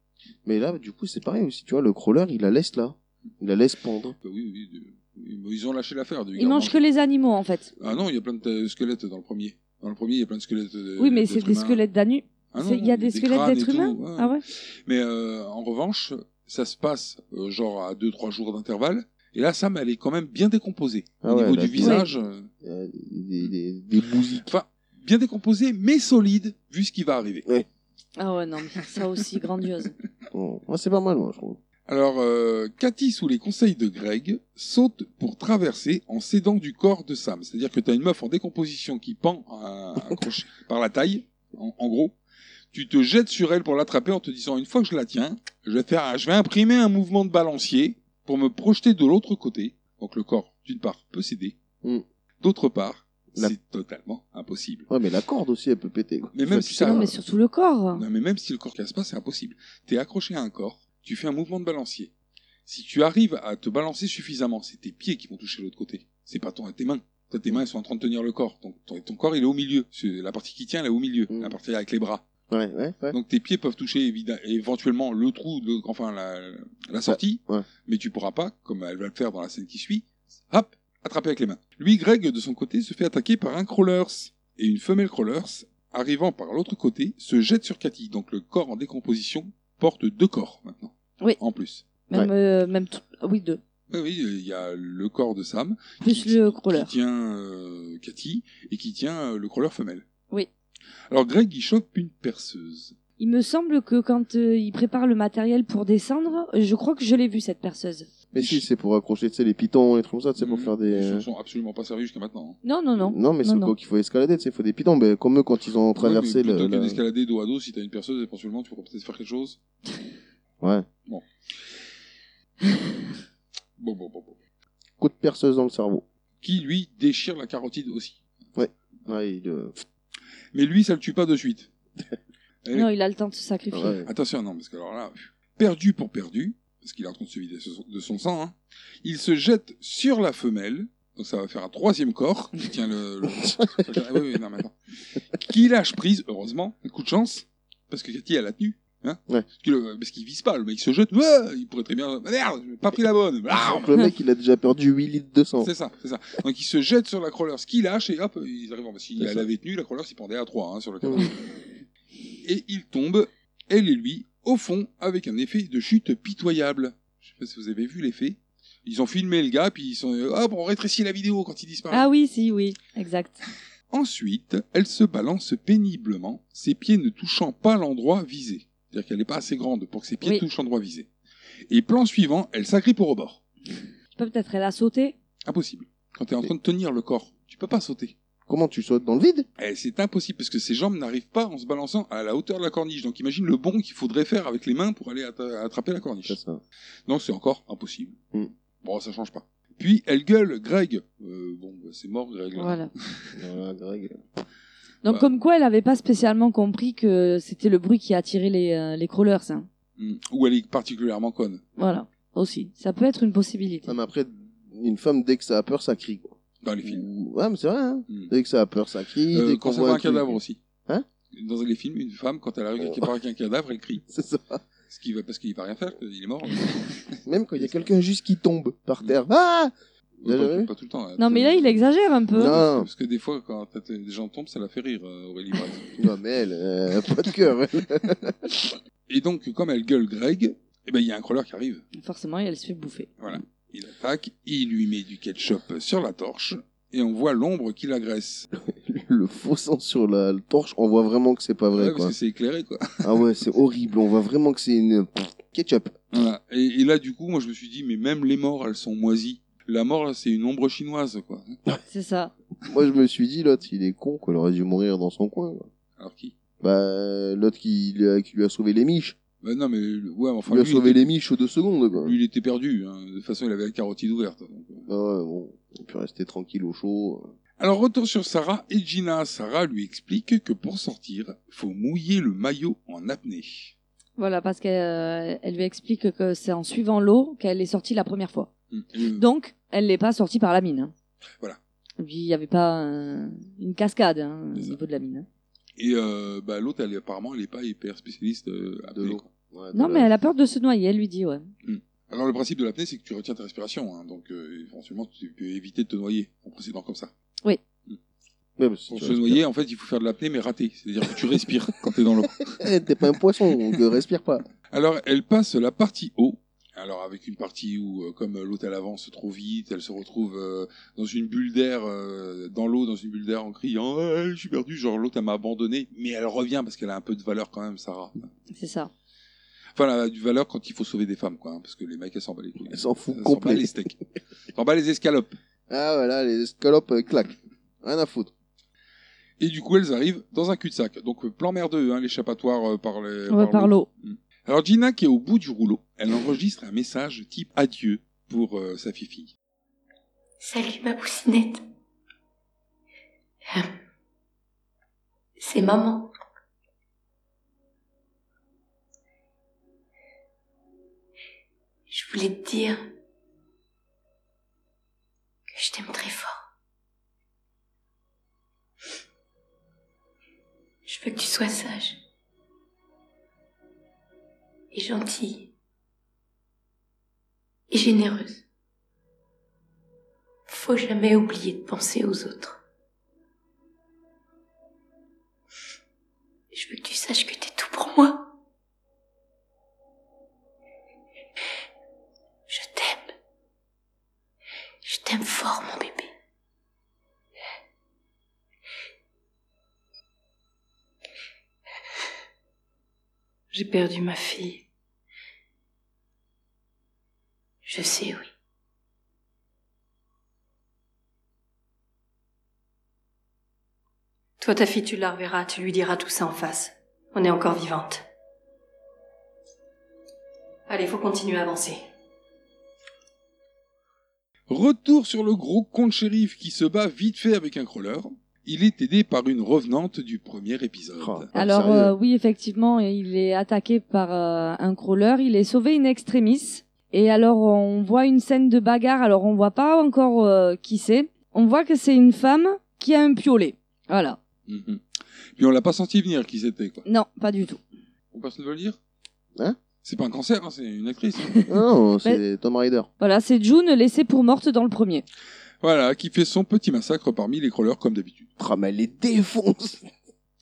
S6: Mais là, du coup, c'est pareil aussi. Tu vois, le crawler, il la laisse là. Il la laisse pendre.
S5: Bah oui, oui, de- oui, mais Ils ont lâché l'affaire. de-
S2: Ils mangent que les animaux en fait.
S5: Ah non, il y a plein de euh, squelettes dans le premier. Dans le premier, il y a plein de squelettes. de-
S2: oui, mais
S5: d'êtres
S2: c'est des
S5: humains.
S2: squelettes d'anus.
S5: Ah non,
S2: C'est- Il y a des squelettes
S5: crânes et
S2: d'êtres
S5: tout,
S2: humains
S5: ouais.
S2: Ah ouais
S5: Mais euh, en revanche, ça se passe euh, genre à 2-3 jours d'intervalle. Et là, Sam, elle est quand même bien décomposée.
S6: Ah
S5: au
S6: ouais,
S5: niveau
S6: elle a
S5: du
S6: bien-
S5: visage. euh,
S6: Euh, Des, des, des bousilles.
S5: Enfin, bien décomposée, mais solide, vu ce qui va arriver.
S2: Ah ouais, non, mais ça aussi, grandiose.
S5: Mm.
S6: Bon, moi, c'est pas mal, moi, je trouve.
S5: Alors, euh, Cathy, sous les conseils de Greg, saute pour traverser en s'aidant du corps de Sam. C'est-à-dire que tu as une meuf en décomposition qui pend un, un crochet par la taille, en, en gros. Tu te jettes sur elle pour l'attraper en te disant une fois que je la tiens,
S6: Hein
S5: je vais faire, un- je vais imprimer un mouvement de balancier pour me projeter de l'autre côté. Donc le corps, d'une part, peut s'aider,
S6: Mm.
S5: d'autre part,
S6: La-
S5: c'est totalement impossible.
S6: Ouais, mais la corde aussi, elle peut péter. quoi.
S5: Mais même
S6: Enfin,
S5: si
S6: tu
S5: ça-
S6: sais,
S2: non,
S5: va.
S2: mais surtout le corps. hein.
S5: Non, mais même si le corps casse pas, c'est impossible. T'es accroché à un corps, tu fais un mouvement de balancier. Si tu arrives à te balancer suffisamment, c'est tes pieds qui vont toucher l'autre côté. C'est pas ton, tes mains. Toi, tes mains, elles sont en train de tenir le corps. Donc, ton, ton corps, il est au milieu. C'est- La partie qui tient, elle est au milieu.
S6: Mm.
S5: La partie avec les bras.
S6: Ouais, ouais, ouais.
S5: Donc, tes pieds peuvent toucher évida- éventuellement le trou, de- enfin, la, la sortie.
S2: Bah,
S6: Ouais, ouais.
S5: Mais tu pourras pas, comme elle va le faire dans la scène qui suit, hop, attraper avec les mains. Lui, Greg, de son côté, se fait attaquer par un crawlers. Et une femelle crawlers, arrivant par l'autre côté, se jette sur Cathy. Donc le corps en décomposition porte deux corps maintenant.
S2: Oui.
S5: En plus.
S2: Même, euh, même tout- Oui, deux.
S5: Oui, oui, il y a le corps de Sam.
S2: Plus
S5: qui-
S2: le crawler.
S5: Qui tient euh, Cathy et qui tient euh, le crawler femelle.
S2: Oui.
S5: Alors Greg, il chope une perceuse.
S2: Il me semble que quand euh, il prépare le matériel pour descendre, je crois que je l'ai vu cette perceuse.
S6: Mais si, c'est pour accrocher, tu sais, les pitons et tout comme ça, tu sais, pour
S5: Mhm.
S6: faire des. euh,
S5: Ils ne sont absolument pas servis jusqu'à maintenant. hein.
S2: Non, non, non.
S6: Non, mais c'est
S2: non.
S6: quoi qu'il faut escalader, tu sais, il faut des pitons, mais comme eux quand ils ont traversé
S5: Ouais, mais
S6: le.
S5: Plutôt que
S6: la-
S5: d'escalader dos à dos, si t'as une perceuse, éventuellement, tu pourras peut-être faire quelque chose.
S6: Ouais.
S5: Bon, bon, bon, bon.
S6: Coup de perceuse dans le cerveau.
S5: Qui, lui, déchire la carotide aussi.
S6: Ouais, il, euh,
S5: Mais lui, ça le tue pas de suite. Eh,
S2: Non, il a le temps de se sacrifier.
S6: ouais.
S5: Attention, non, parce que alors là, pff, perdu pour perdu, parce qu'il est en train de se vider de son- de son sang, hein, il se jette sur la femelle, donc ça va faire un troisième corps, qui tient le... le- Ah oui, oui, non, mais attends. Qui lâche prise, heureusement, un coup de chance, parce que Cathy, elle a tenu. Hein
S6: Ouais.
S5: Parce que le- parce qu'il vise pas, le mec se jette, ouais, il pourrait très bien... Ah, Merde, j'ai pas pris la bonne Ah
S6: Donc, le mec, il a déjà perdu 8 litres de sang.
S5: C'est ça, c'est ça. Donc il se jette sur la crawler, ce qu'il lâche, et hop, ils arrivent en bas. S'il
S6: C'est ça.
S5: l'avait tenue, la crawler s'y pendait à 3 hein, sur le cadavre.
S6: Mhm.
S5: Et il tombe, elle et lui, au fond, avec un effet de chute pitoyable. Je sais pas si vous avez vu l'effet. Ils ont filmé le gars, puis ils sont... euh, Hop, on rétrécit la vidéo quand il disparaît.
S2: Ah oui, si, oui, exact.
S5: Ensuite, elle se balance péniblement, ses pieds ne touchant pas l'endroit visé. C'est-à-dire qu'elle n'est pas assez grande pour que ses pieds
S2: Oui.
S5: touchent l'endroit visé. Et plan suivant, elle s'agrippe au rebord.
S2: Peut-être elle a sauté.
S5: Impossible. Quand tu es en train de tenir le corps, tu peux pas sauter.
S6: Comment tu sautes dans le vide
S5: Eh, c'est impossible parce que ses jambes n'arrivent pas en se balançant à la hauteur de la corniche. Donc imagine le bond qu'il faudrait faire avec les mains pour aller atta- attraper la corniche.
S6: C'est ça.
S5: Donc c'est encore impossible.
S6: Mm.
S5: Bon, ça change pas. Puis elle gueule Greg. Euh, bon, bah, c'est mort Greg. là.
S2: Voilà.
S6: Voilà, Greg.
S2: Donc
S5: Bah.
S2: comme quoi, elle n'avait pas spécialement compris que c'était le bruit qui a attiré les, euh, les crawlers. hein.
S5: Mm. Ou elle est particulièrement conne.
S2: Voilà, aussi. Ça peut être une possibilité.
S5: Ah,
S6: Non, Ah,
S5: bah,
S6: mais après, une femme, dès que ça a peur, ça crie. Quoi.
S5: Dans les films.
S6: Ouais, mais c'est vrai, hein.
S5: Mm.
S6: Dès que ça a peur, ça crie.
S5: Euh,
S6: dès qu'on
S5: quand ça
S6: voit
S5: voit un
S6: truc-
S5: cadavre aussi.
S6: Hein Oh.
S5: Dans les films, une femme, quand elle arrive quelque part avec un cadavre, elle crie.
S6: C'est ça.
S5: Ce qui va, parce qu'il va rien faire, il est mort.
S6: Même quand il y a quelqu'un juste qui tombe par terre. Ah Vous
S5: pas,
S6: avez
S5: pas-
S6: vu
S5: pas tout le temps. hein.
S2: Non, mais là, il exagère un peu.
S6: Non.
S5: Parce que des fois, quand t'as- des gens tombent, ça la fait rire, euh, Aurélie. par exemple.
S6: Non, mais elle, euh, pas de cœur. elle.
S5: Et donc, comme elle gueule Greg, Et ben il y a un crawler qui arrive.
S2: Forcément, elle se fait bouffer.
S5: Il attaque, il lui met du ketchup sur la torche, et on voit l'ombre qui l'agresse.
S6: Le faux sang sur la la torche, on voit vraiment que c'est pas vrai,
S5: Ouais, parce
S6: quoi.
S5: que c'est éclairé, quoi.
S6: Ah ouais, c'est horrible. On voit vraiment que c'est une pff, ketchup.
S5: Voilà. Et, et là, du coup, moi, je me suis dit, mais même les morts, elles sont moisies. La mort, c'est une ombre chinoise, quoi.
S2: C'est ça.
S6: Moi, je me suis dit, l'autre, il est con, quoi. Il aurait dû mourir dans son coin. quoi.
S5: Alors qui
S6: Bah, l'autre qui, lui a- qui lui a sauvé les miches.
S5: Bah non, mais le- ouais, enfin,
S6: lui a
S5: lui,
S6: sauvé
S5: il était,
S6: les miches aux deux secondes, quoi.
S5: lui, il était perdu. hein. De toute façon, il avait la carotide ouverte. donc, euh.
S6: Ah ouais, bon. Il peut rester tranquille au chaud.
S5: Alors, retour sur Sarah et Gina. Sarah lui explique que pour sortir, faut mouiller le maillot en apnée.
S2: Voilà, parce qu'elle euh, elle lui explique que c'est en suivant l'eau qu'elle est sortie la première fois.
S5: Mm. Et, euh,
S2: Donc, elle n'est pas sortie par la mine. hein.
S5: Voilà.
S2: Et Puis il n'y avait pas euh, une cascade hein, au
S5: C'est ça.
S2: niveau de la mine. hein.
S5: et, euh, bah, l'autre, elle, apparemment, elle est pas hyper spécialiste euh, apnée,
S6: l'eau.
S5: quoi.
S6: Ouais,
S2: Non,
S6: de
S2: mais
S6: la-
S2: elle a peur de se noyer, elle lui dit, ouais.
S5: Alors, le principe de l'apnée, c'est que tu retiens ta respiration. hein. donc, euh, éventuellement, tu peux éviter de te noyer en procédant comme ça.
S6: Ouais, parce que
S5: Pour
S6: tu
S5: se
S6: respires.
S5: noyer, en fait, il faut faire de l'apnée, mais rater. C'est-à-dire que tu respires quand t'es dans l'eau.
S6: Eh, T'es pas un poisson, donc euh, respire pas.
S5: Alors, elle passe la partie haut. Alors, avec une partie où, euh, comme euh, l'autre, elle avance trop vite, elle se retrouve euh, dans une bulle d'air, euh, dans l'eau, dans une bulle d'air en criant Ouais, Je suis perdu !» Genre, l'autre, elle m'a abandonné. Mais elle revient parce qu'elle a un peu de valeur quand même, Sarah.
S2: C'est ça.
S5: Enfin, elle a du valeur quand il faut sauver des femmes, quoi. hein, parce que les mecs, elles s'en bat les couilles.
S6: Elle s'en fout
S5: Elles s'en bat
S6: complet.
S5: les steaks. Elles s'en bat les escalopes.
S6: Ah voilà, les escalopes euh, claquent. Rien à foutre.
S5: Et du coup, elles arrivent dans un cul-de-sac. Donc, euh, plan merdeux, hein, l'échappatoire euh, par les...
S2: On va par l'eau.
S5: Alors Gina, qui est au bout du rouleau, elle enregistre un message type adieu pour euh, sa fille.
S8: Salut ma poussinette. Euh, C'est maman. Je voulais te dire que je t'aime très fort. Je veux que tu sois sage et gentille et généreuse. Faut jamais oublier de penser aux autres. Je veux que tu saches que t'es tout pour moi. Je t'aime. Je t'aime fort, mon bébé. J'ai perdu ma fille. Je sais, oui. Toi, ta fille, tu la reverras, tu lui diras tout ça en face. On est encore vivante. Allez, faut continuer à avancer.
S5: Retour sur le gros compte shérif qui se bat vite fait avec un crawler. Il est aidé par une revenante du premier épisode.
S6: Oh. Ah,
S2: Alors,
S6: sérieux
S2: euh, oui, effectivement, il est attaqué par euh, un crawler. Il est sauvé in extremis. Et alors, on voit une scène de bagarre. Alors, on voit pas encore euh, qui c'est. On voit que c'est une femme qui a un piolet. Voilà.
S5: Mhm. Puis on l'a pas senti venir qu'ils étaient quoi.
S2: Non, pas du tout.
S5: Ou personne veut le dire
S6: Hein
S5: C'est pas un cancer, hein, c'est une actrice.
S6: Ah Non, c'est Tom Rider.
S2: Voilà, c'est June laissée pour morte dans le premier.
S5: voilà, qui fait son petit massacre parmi les crawlers comme d'habitude.
S6: Oh, mais elle les défonce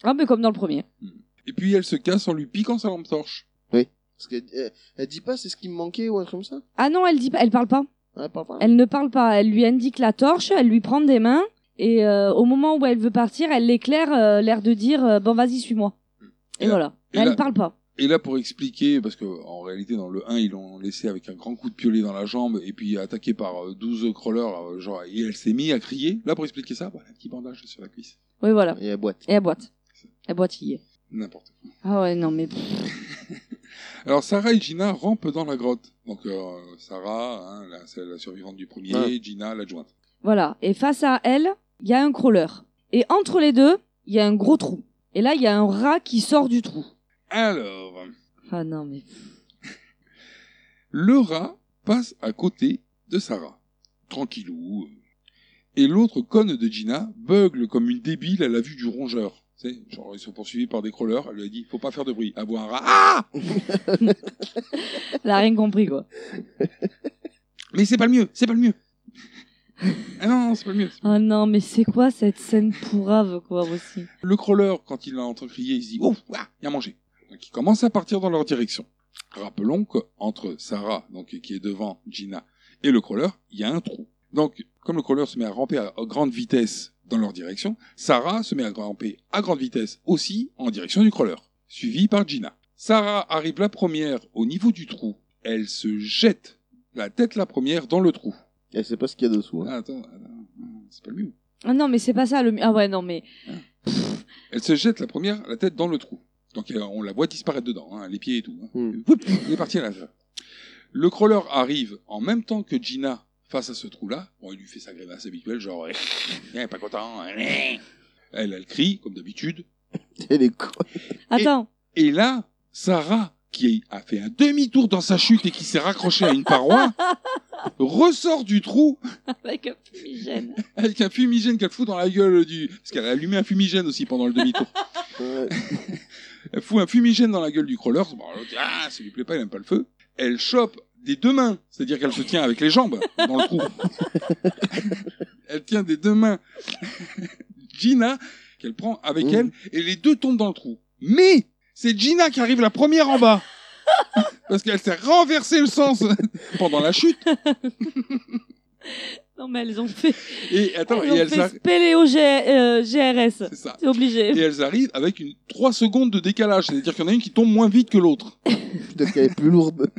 S2: Ah, mais comme dans le premier.
S5: Et puis elle se casse en lui piquant sa lampe torche.
S6: Parce qu'elle elle- elle dit pas c'est ce qui me manquait ou un truc comme ça
S2: Ah non, elle dit pas, elle parle pas.
S6: Ouais, pas, pas.
S2: Elle ne parle pas. Elle lui indique la torche, elle lui prend des mains. Et euh, au moment où elle veut partir, elle l'éclaire, euh, l'air de dire euh, Bon, vas-y, suis-moi. Et,
S5: Et là-
S2: voilà.
S5: et
S2: elle
S5: là-
S2: ne parle pas.
S5: Et là, pour expliquer, parce que en réalité, dans le 1, ils l'ont laissé avec un grand coup de piolet dans la jambe et puis attaqué par euh, 12 crawlers, euh, genre, et elle s'est mise à crier. Là, pour expliquer ça, voilà, un petit bandage sur la cuisse.
S2: Oui, voilà.
S6: Et elle boite.
S2: Et elle boite. Elle boitille.
S5: N'importe quoi.
S2: Ah ouais, non, mais. pff,
S5: Alors, Sarah et Gina rampent dans la grotte. Donc, euh, Sarah, hein, la, c'est la survivante du premier,
S6: Ouais.
S5: Gina, l'adjointe.
S2: Voilà. Et face à elle, il y a un crawler. Et entre les deux, il y a un gros trou. Et là, il y a un rat qui sort du trou.
S5: Alors,
S2: Ah non, mais.
S5: le rat passe à côté de Sarah. Tranquillou. euh. Et l'autre conne de Gina bugle comme une débile à la vue du rongeur. Tu sais, genre, ils sont poursuivis par des crawlers. Elle lui a dit, faut pas faire de bruit. Avoir un rat. Ah!
S2: Elle a rien compris, quoi.
S5: Mais c'est pas le mieux, c'est pas le mieux. ah non, non, c'est pas le mieux. c'est pas
S2: Ah non, mais c'est quoi cette scène pourrave, quoi, aussi
S5: le mieux. Le crawler, quand il l'entend crier, il se dit Ouf, il y a mangé. Donc il commence à partir dans leur direction. Rappelons qu'entre Sarah, donc, qui est devant Gina, et le crawler, il y a un trou. Donc, comme le crawler se met à ramper à grande vitesse dans leur direction, Sarah se met à ramper à grande vitesse aussi en direction du crawler, suivie par Gina. Sarah arrive la première au niveau du trou. Elle se jette la tête la première dans le trou.
S6: Elle sait pas ce qu'il y a dessous. hein.
S5: Ah, attends, attends, c'est pas le mieux.
S2: Ah non, mais c'est pas ça le. mi- Ah ouais, non, mais.
S5: Elle se jette la première la tête dans le trou. Donc euh, on la voit disparaître dedans, hein, les pieds et tout. hein.
S6: Hmm.
S5: Whoop, il est parti à la fin. Le crawler arrive en même temps que Gina face à ce trou-là. Bon, il lui fait sa grimace habituelle, genre, Eh, eh, pas content. hein, eh. Elle, elle crie, comme d'habitude.
S6: Elle est con.
S2: Attends,
S5: Et là, Sarah, qui a fait un demi-tour dans sa chute et qui s'est raccrochée à une paroi, ressort du trou
S2: avec un fumigène.
S5: avec un fumigène qu'elle fout dans la gueule du... Parce qu'elle a allumé un fumigène aussi pendant le demi-tour.
S6: Ouais.
S5: Elle fout un fumigène dans la gueule du crawler. Bon, l'autre, ah, ça lui plaît pas, il aime pas le feu. Elle chope des deux mains, c'est-à-dire qu'elle se tient avec les jambes dans le trou. elle tient des deux mains Gina, qu'elle prend avec
S6: Mhm.
S5: elle, et les deux tombent dans le trou. Mais c'est Gina qui arrive la première en bas. Parce qu'elle s'est renversée le sens pendant la chute.
S2: Non, mais elles ont fait.
S5: Et attends,
S2: elles
S5: et
S2: ont
S5: elle
S2: fait
S5: s'arr-
S2: spéléo G- euh, GRS.
S5: c'est ça.
S2: C'est obligé.
S5: Et elles arrivent avec une 3 secondes de décalage, c'est-à-dire qu'il y en a une qui tombe moins vite que l'autre.
S6: Peut-être qu'elle est plus lourde.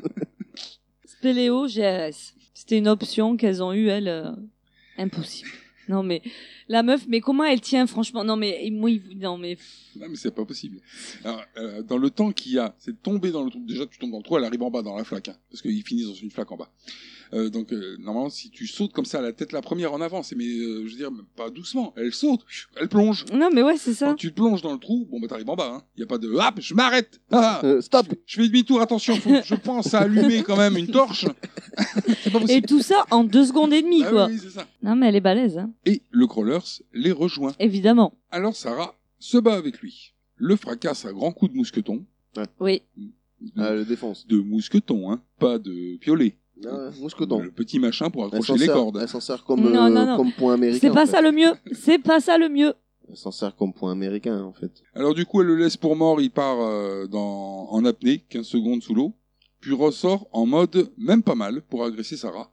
S2: Spéléo GRS. C'était une option qu'elles ont eue, elles. euh, Impossible. Non, mais. La meuf, mais comment elle tient, franchement Non, mais. il- moi, il- Non, mais.
S5: Non, mais c'est pas possible. Alors, euh, dans le temps qu'il y a, c'est de tomber dans le trou. Déjà, tu tombes dans le trou, elle arrive en bas dans la flaque, hein, parce qu'ils finissent dans une flaque en bas. Euh, donc, euh, normalement, si tu sautes comme ça, la tête la première en avant, c'est mais euh, je veux dire, même pas doucement, elle saute, elle plonge.
S2: Non, mais ouais, c'est
S5: Quand
S2: ça.
S5: tu plonges dans le trou, bon, bah t'arrives en bas. Il hein. y a pas de hop, je m'arrête. Ah,
S6: Euh, stop
S5: je fais demi-tour, attention, faut que je pense à allumer quand même une torche. c'est pas
S2: Et
S5: possible.
S2: tout ça en deux secondes et demie,
S5: Ah
S2: quoi.
S5: oui, oui, c'est ça.
S2: Non, mais elle est balèze, hein.
S5: Et le crawlers les rejoint.
S2: Évidemment.
S5: Alors Sarah se bat avec lui, le fracasse à grands coups de mousqueton.
S2: Oui.
S6: Ah, le défonce.
S5: de mousqueton, hein, pas de piolet.
S6: Ah, ouais, mousqueton.
S5: Le petit machin pour
S6: Elle s'en
S5: accrocher les
S6: sert-
S5: cordes.
S6: Elle s'en sert comme,
S2: Non,
S6: euh,
S2: non, non.
S6: comme point américain.
S2: C'est
S6: en
S2: pas
S6: fait.
S2: ça le mieux. C'est pas ça le mieux.
S6: Elle s'en sert comme point américain, en fait.
S5: Alors du coup, elle le laisse pour mort, il part euh, dans, en apnée, 15 secondes sous l'eau, puis ressort en mode même pas mal pour agresser Sarah.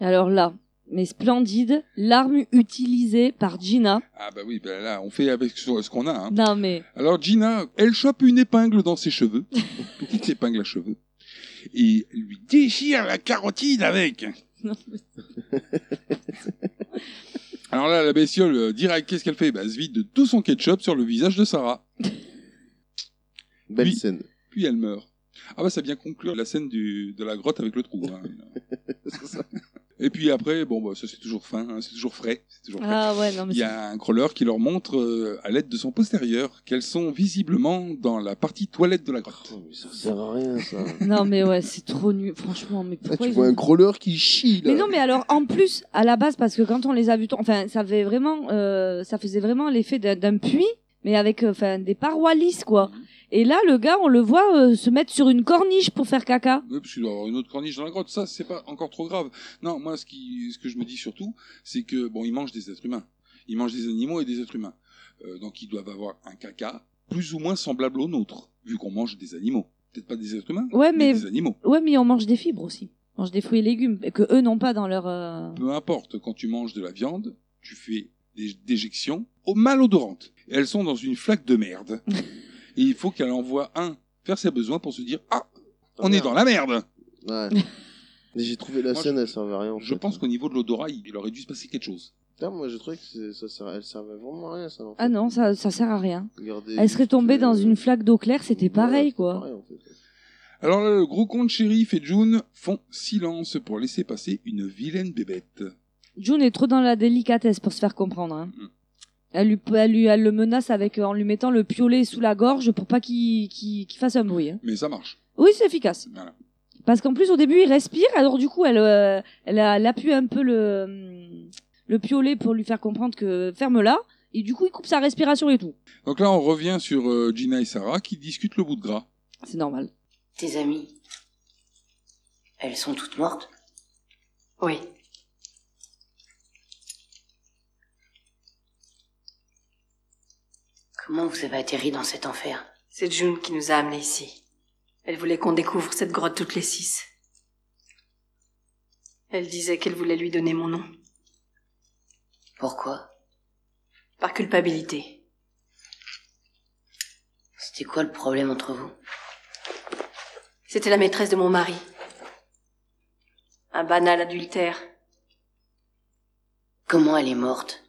S2: Alors là, mais splendide, l'arme utilisée par Gina.
S5: Ah bah oui, bah là, on fait avec ce ce qu'on a. Hein.
S2: Non mais,
S5: Alors Gina, elle chope une épingle dans ses cheveux, une petite épingle à cheveux, et elle lui déchire la carotide avec.
S2: Non,
S5: Alors là, la bestiole, euh, direct, qu'est-ce qu'elle fait bah, Elle se vide de tout son ketchup sur le visage de Sarah.
S6: Belle
S5: Oui.
S6: scène.
S5: puis elle meurt. Ah bah ça vient conclure la scène du, de la grotte avec le trou. hein. Et puis après, bon bah ça c'est toujours fin, hein, c'est toujours frais, c'est toujours frais.
S2: ah ouais, non mais
S5: Il y a un crawler qui leur montre euh, à l'aide de son postérieur qu'elles sont visiblement dans la partie toilette de la grotte.
S6: Oh, mais ça sert à rien, ça.
S2: c'est- non mais ouais, c'est trop nul, franchement. Mais
S6: Ah,
S2: pourquoi
S6: tu
S2: ils
S6: vois
S2: ont-
S6: un crawler qui chie, là.
S2: Mais non mais alors en plus à la base parce que quand on les a vus, to- enfin ça fait vraiment, euh, ça faisait vraiment l'effet d'un- d'un puits, mais avec euh, enfin des parois lisses quoi. Et là le gars on le voit euh, se mettre sur une corniche pour faire caca.
S5: Oui, parce qu'il doit y avoir une autre corniche dans la grotte, ça c'est pas encore trop grave. Non, moi ce, qui, ce que je me dis surtout, c'est que bon, ils mangent des êtres humains. Ils mangent des animaux et des êtres humains. Euh, donc ils doivent avoir un caca plus ou moins semblable au nôtre, vu qu'on mange des animaux. Peut-être pas des êtres humains,
S2: Ouais
S5: mais
S2: mais
S5: des animaux.
S2: ouais mais on mange des fibres aussi, on mange des fruits et légumes et que eux n'ont pas dans leur. euh,
S5: Peu importe, quand tu manges de la viande, tu fais des déjections au- malodorantes. Et elles sont dans une flaque de merde. Et il faut qu'elle envoie un faire ses besoins pour se dire Ah,
S6: Oh,
S5: on est dans la merde
S6: Ouais. Mais j'ai trouvé la
S5: Moi,
S6: scène,
S5: je-
S6: elle servait à rien. en
S5: Je
S6: fait.
S5: pense qu'au niveau de l'odorat, il il aurait dû se passer quelque chose.
S6: Putain, moi, je trouvais que c'est- ça servait, elle servait vraiment à rien, ça. en fait.
S2: Ah non ça ça sert à rien.
S6: Regardez
S2: Elle serait
S6: juste,
S2: tombée
S6: euh,
S2: dans une flaque d'eau claire, c'était
S6: voilà,
S2: pareil
S6: c'était
S2: quoi.
S6: pareil, en fait.
S5: Alors là, le gros con de shérif et June font silence pour laisser passer une vilaine bébête.
S2: June est trop dans la délicatesse pour se faire comprendre. hein.
S5: Mm.
S2: Elle, lui, elle, lui, elle le menace avec en lui mettant le piolet sous la gorge pour pas qu'il qu'il- qu'il fasse un bruit. hein.
S5: Mais ça marche.
S2: Oui, c'est efficace.
S5: Voilà.
S2: Parce qu'en plus, au début, il respire, alors du coup, elle, euh, elle, a- elle appuie un peu le, hum, le piolet pour lui faire comprendre que ferme-la. Et du coup, il coupe sa respiration et tout.
S5: Donc là, on revient sur euh, Gina et Sarah qui discutent le bout de gras.
S2: C'est normal.
S7: Tes amies, elles sont toutes mortes
S8: Oui.
S7: Comment vous avez atterri dans cet enfer
S8: C'est June qui nous a amenés ici. Elle voulait qu'on découvre cette grotte toutes les six. Elle disait qu'elle voulait lui donner mon nom,
S7: Pourquoi
S8: par culpabilité.
S7: C'était quoi le problème entre vous
S8: C'était la maîtresse de mon mari. Un banal adultère.
S7: Comment elle est morte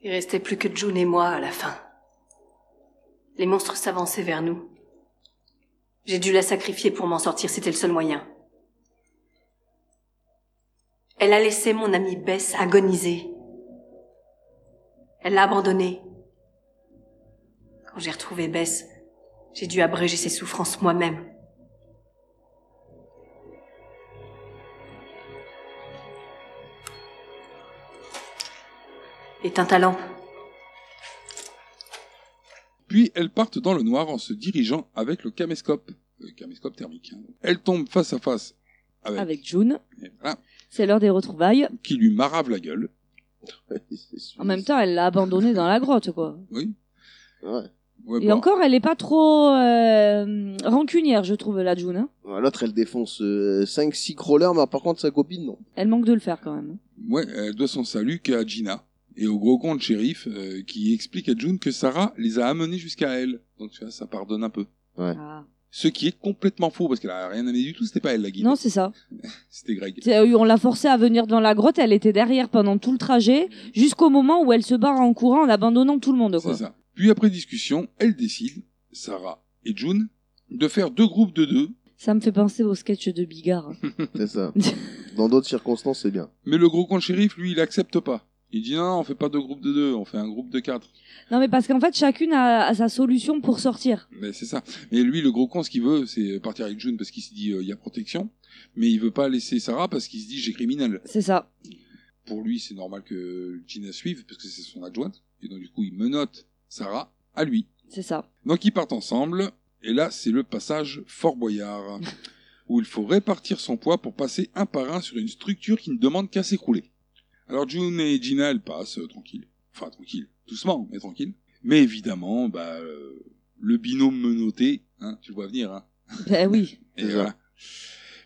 S8: Il restait plus que June et moi à la fin. Les monstres s'avançaient vers nous. J'ai dû la sacrifier pour m'en sortir, c'était le seul moyen. Elle a laissé mon amie Bess agoniser. Elle l'a abandonnée. Quand j'ai retrouvé Bess, j'ai dû abréger ses souffrances moi-même. Éteins ta lampe.
S5: Puis elles partent dans le noir en se dirigeant avec le caméscope, le caméscope thermique. hein. Elles tombent face à face avec,
S2: Avec June,
S5: Et voilà,
S2: c'est l'heure des retrouvailles.
S5: qui lui marave la gueule.
S2: En même temps, elle l'a abandonné dans la grotte, quoi.
S5: Oui.
S6: Ouais.
S5: Ouais,
S2: Et
S5: bah,
S2: encore, elle est pas trop euh, rancunière, je trouve, la June. hein.
S6: Ouais, Euh, L'autre, elle défonce 5-6 crawlers, mais par contre, sa copine, non.
S2: Elle manque de le faire quand même.
S5: Ouais, elle doit son salut qu'à Gina et au gros con de shérif euh, qui explique à June que Sarah les a amenés jusqu'à elle. Donc tu vois, ça pardonne un peu.
S2: Ah.
S5: Ce qui est complètement faux parce qu'elle a rien amené du tout, c'était pas elle la guide.
S2: Non, c'est ça.
S5: C'était Greg.
S2: C'est- euh, On l'a forcée à venir dans la grotte, elle était derrière pendant tout le trajet, jusqu'au moment où elle se barre en courant en abandonnant tout le monde, quoi.
S5: C'est ça. Puis après discussion, elles décident, Sarah et June, de faire deux groupes de deux.
S2: Ça me fait penser au sketch de Bigard.
S6: C'est ça. Dans d'autres circonstances, c'est bien.
S5: Mais le gros con de shérif, lui, il accepte pas. Il dit non, non, on fait pas deux groupes de deux, on fait un groupe de quatre.
S2: non, mais parce qu'en fait, chacune a, a sa solution pour sortir.
S5: Mais c'est ça. Mais lui, le gros con, ce qu'il veut, c'est euh, partir avec June parce qu'il se dit euh, il y a protection. Mais il veut pas laisser Sarah parce qu'il se dit j'ai criminel.
S2: C'est ça.
S5: Pour lui, c'est normal que Gina suive parce que c'est son adjointe. Et donc du coup, il menote Sarah à lui.
S2: C'est ça.
S5: Donc ils partent ensemble. Et là, c'est le passage Fort Boyard où il faut répartir son poids pour passer un par un sur une structure qui ne demande qu'à s'écrouler. Alors June et Gina, elles passent euh, tranquilles. Enfin, tranquilles. Doucement, mais tranquilles. Mais évidemment, bah, euh, le binôme menotté, hein, tu le vois venir, hein,
S2: Ben oui.
S5: et
S6: C'est ça.
S5: voilà.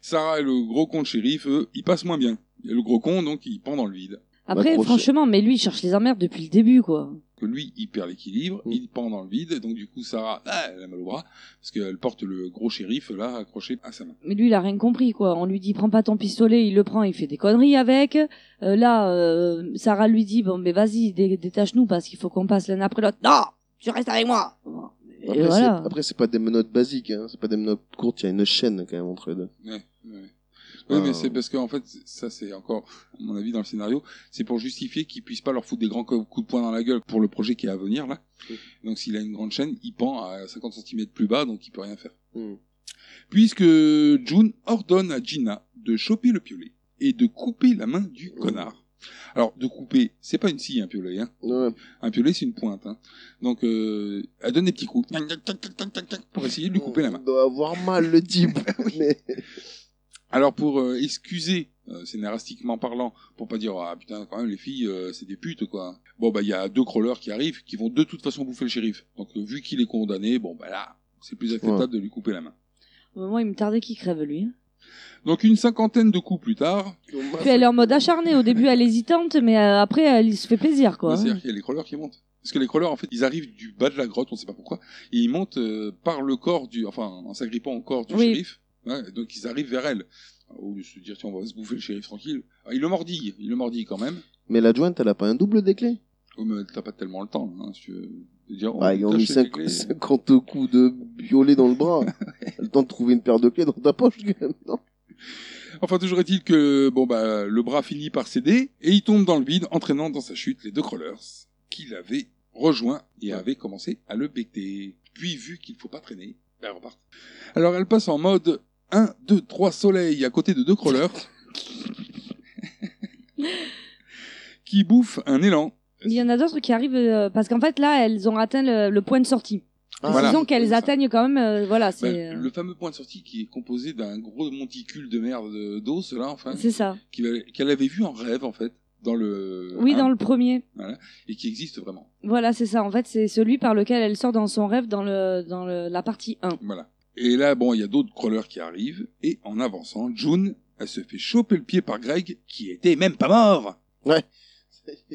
S5: Sarah et le gros con de shérif, eux, ils passent moins bien. Et le gros con, donc, il pend dans le vide.
S2: Après,
S6: M'accrocher.
S2: franchement, mais lui, il cherche les emmerdes depuis le début, quoi.
S5: Que lui, il perd l'équilibre,
S6: Mm.
S5: il pend dans le vide, et donc du coup, Sarah, ah, elle a mal au bras, parce qu'elle porte le gros shérif, là, accroché à sa main.
S2: Mais lui, il a rien compris, quoi. On lui dit, prends pas ton pistolet, il le prend, il fait des conneries avec. Euh, là, euh, Sarah lui dit, bon, mais vas-y, dé- détache-nous parce qu'il faut qu'on passe l'un après l'autre. Non Tu restes avec moi Bon. Et
S6: Après,
S2: voilà.
S6: c'est- après, c'est pas des menottes basiques, hein. c'est pas des menottes courtes, il y a une chaîne quand même entre les deux.
S5: Ouais, ouais.
S6: Ah,
S5: Ouais, mais c'est
S6: ouais.
S5: parce qu'en fait, ça c'est encore, à mon avis, dans le scénario, c'est pour justifier qu'ils puissent pas leur foutre des grands co- coups de poing dans la gueule pour le projet qui est à venir, là. Donc s'il a une grande chaîne, il pend à 50 cm plus bas, donc il peut rien faire.
S6: Mm.
S5: Puisque June ordonne à Gina de choper le piolet et de couper la main du connard. Alors, de couper, c'est pas une scie, un piolet, hein.
S6: Ouais.
S5: Un piolet, c'est une pointe, hein. Donc, euh, elle donne des petits coups, Tac, tac, tac, tac, tac, tac, pour essayer de lui couper la main.
S6: On doit avoir mal le type.
S2: Ah
S6: mais...
S5: Alors pour euh, excuser, euh, scénaristiquement parlant, pour pas dire ah putain quand même les filles euh, c'est des putes quoi. Bon bah il y a deux crawlers qui arrivent qui vont de toute façon bouffer le shérif. Donc euh, vu qu'il est condamné, bon bah là c'est plus acceptable de lui couper la main.
S2: Moi, il me tardait qu'il crève, lui.
S5: Donc une cinquantaine de coups plus tard,
S2: Puis elle est en mode acharnée. Au début, elle est hésitante, mais euh, après, elle il se fait plaisir, quoi.
S5: c'est-à-dire qu'il y a les crawlers qui montent. Parce que les crawlers en fait ils arrivent du bas de la grotte, on sait pas pourquoi, et ils montent euh, par le corps du, enfin en s'agrippant au corps du
S2: Oui.
S5: shérif. Ouais, donc ils arrivent vers elle. Au lieu de se dire tiens on va se bouffer le shérif tranquille, Ah, il le mordille, il le mordille quand même.
S6: Mais l'adjointe, elle a pas un double des clés
S5: Oui, mais t'as pas tellement le temps, hein, si tu veux. Je veux dire,
S6: Bah, ils ont
S5: tâche
S6: mis
S5: les clés.
S6: 50, 50 coups de violet dans le bras. le temps de trouver une paire de clés dans ta poche, quand même, non
S5: Enfin, toujours est-il que bon bah le bras finit par céder et il tombe dans le vide, entraînant dans sa chute les deux crawlers qu'il avait rejoint et avait commencé à le becter. Puis, vu qu'il faut pas traîner, ben, repart. Alors, elle passe en mode 1, 2, 3 soleil à côté de deux crawlers qui bouffent un élan.
S2: Il y en a d'autres qui arrivent, euh, parce qu'en fait, là, elles ont atteint le, le point de sortie.
S6: Ah,
S5: Voilà.
S2: Disons qu'elles
S5: Ça.
S2: atteignent quand même, euh, voilà,
S5: Ben,
S2: c'est... euh,
S5: le fameux point de sortie qui est composé d'un gros monticule de merde euh, d'os, là, enfin.
S2: C'est ça.
S5: qu'il avait- qu'elle avait vu en rêve en fait dans le
S2: Oui,
S5: hein,
S2: dans le premier.
S5: et qui existe vraiment.
S2: Voilà, c'est ça. En fait, c'est celui par lequel elle sort dans son rêve dans, le, dans le- la partie 1.
S5: Voilà. Et là, bon, il y a d'autres crawlers qui arrivent, et en avançant, June, elle se fait choper le pied par Greg, qui était même pas mort
S6: Le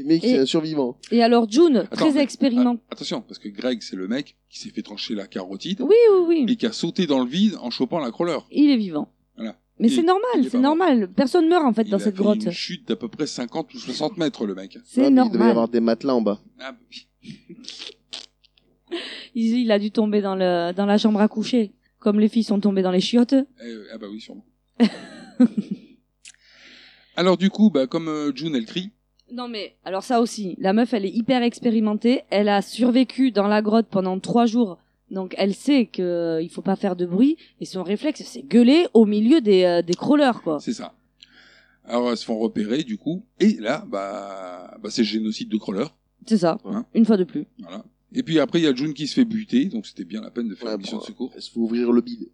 S6: mec,
S2: Et-
S6: c'est un survivant.
S2: Et alors, June,
S5: Attends,
S2: très
S5: mais-
S2: expérimentée.
S5: Ah, Attention, parce que Greg, c'est le mec qui s'est fait trancher la carotide,
S2: Oui, oui, oui.
S5: et qui a sauté dans le vide en chopant la crawler.
S2: Il est vivant.
S5: Voilà.
S2: Mais
S5: Il-
S2: c'est
S5: il
S2: normal,
S5: est
S2: c'est
S5: pas mort.
S2: normal. Personne meurt en fait
S5: Il
S2: dans
S5: a
S2: cette
S5: fait
S2: grotte.
S5: une chute d'à peu près 50 ou 60 mètres, le mec.
S6: Ah,
S2: C'est
S6: mais Il devait y
S2: normal.
S6: avoir des matelas en bas.
S5: Ah, bah oui.
S2: Il, il a dû tomber dans, le, dans la chambre à coucher, comme les filles sont tombées dans les chiottes.
S5: Euh, ah bah oui, sûrement. Alors du coup, bah, comme euh, June, elle crie,
S2: Non mais alors ça aussi, la meuf elle est hyper expérimentée, elle a survécu dans la grotte pendant trois jours, donc elle sait que euh, il faut pas faire de bruit et son réflexe c'est gueuler au milieu des, euh, des crawlers quoi.
S5: c'est ça. Alors elles se font repérer, du coup, et là, bah, bah c'est génocide de crawler.
S2: C'est ça,
S5: Hein
S2: une fois de plus.
S5: Voilà. Et puis après, il y a June qui se fait buter, donc c'était bien la peine de faire
S6: Ouais,
S5: une mission
S6: bon,
S5: de secours.
S6: Elle se fait ouvrir le bide.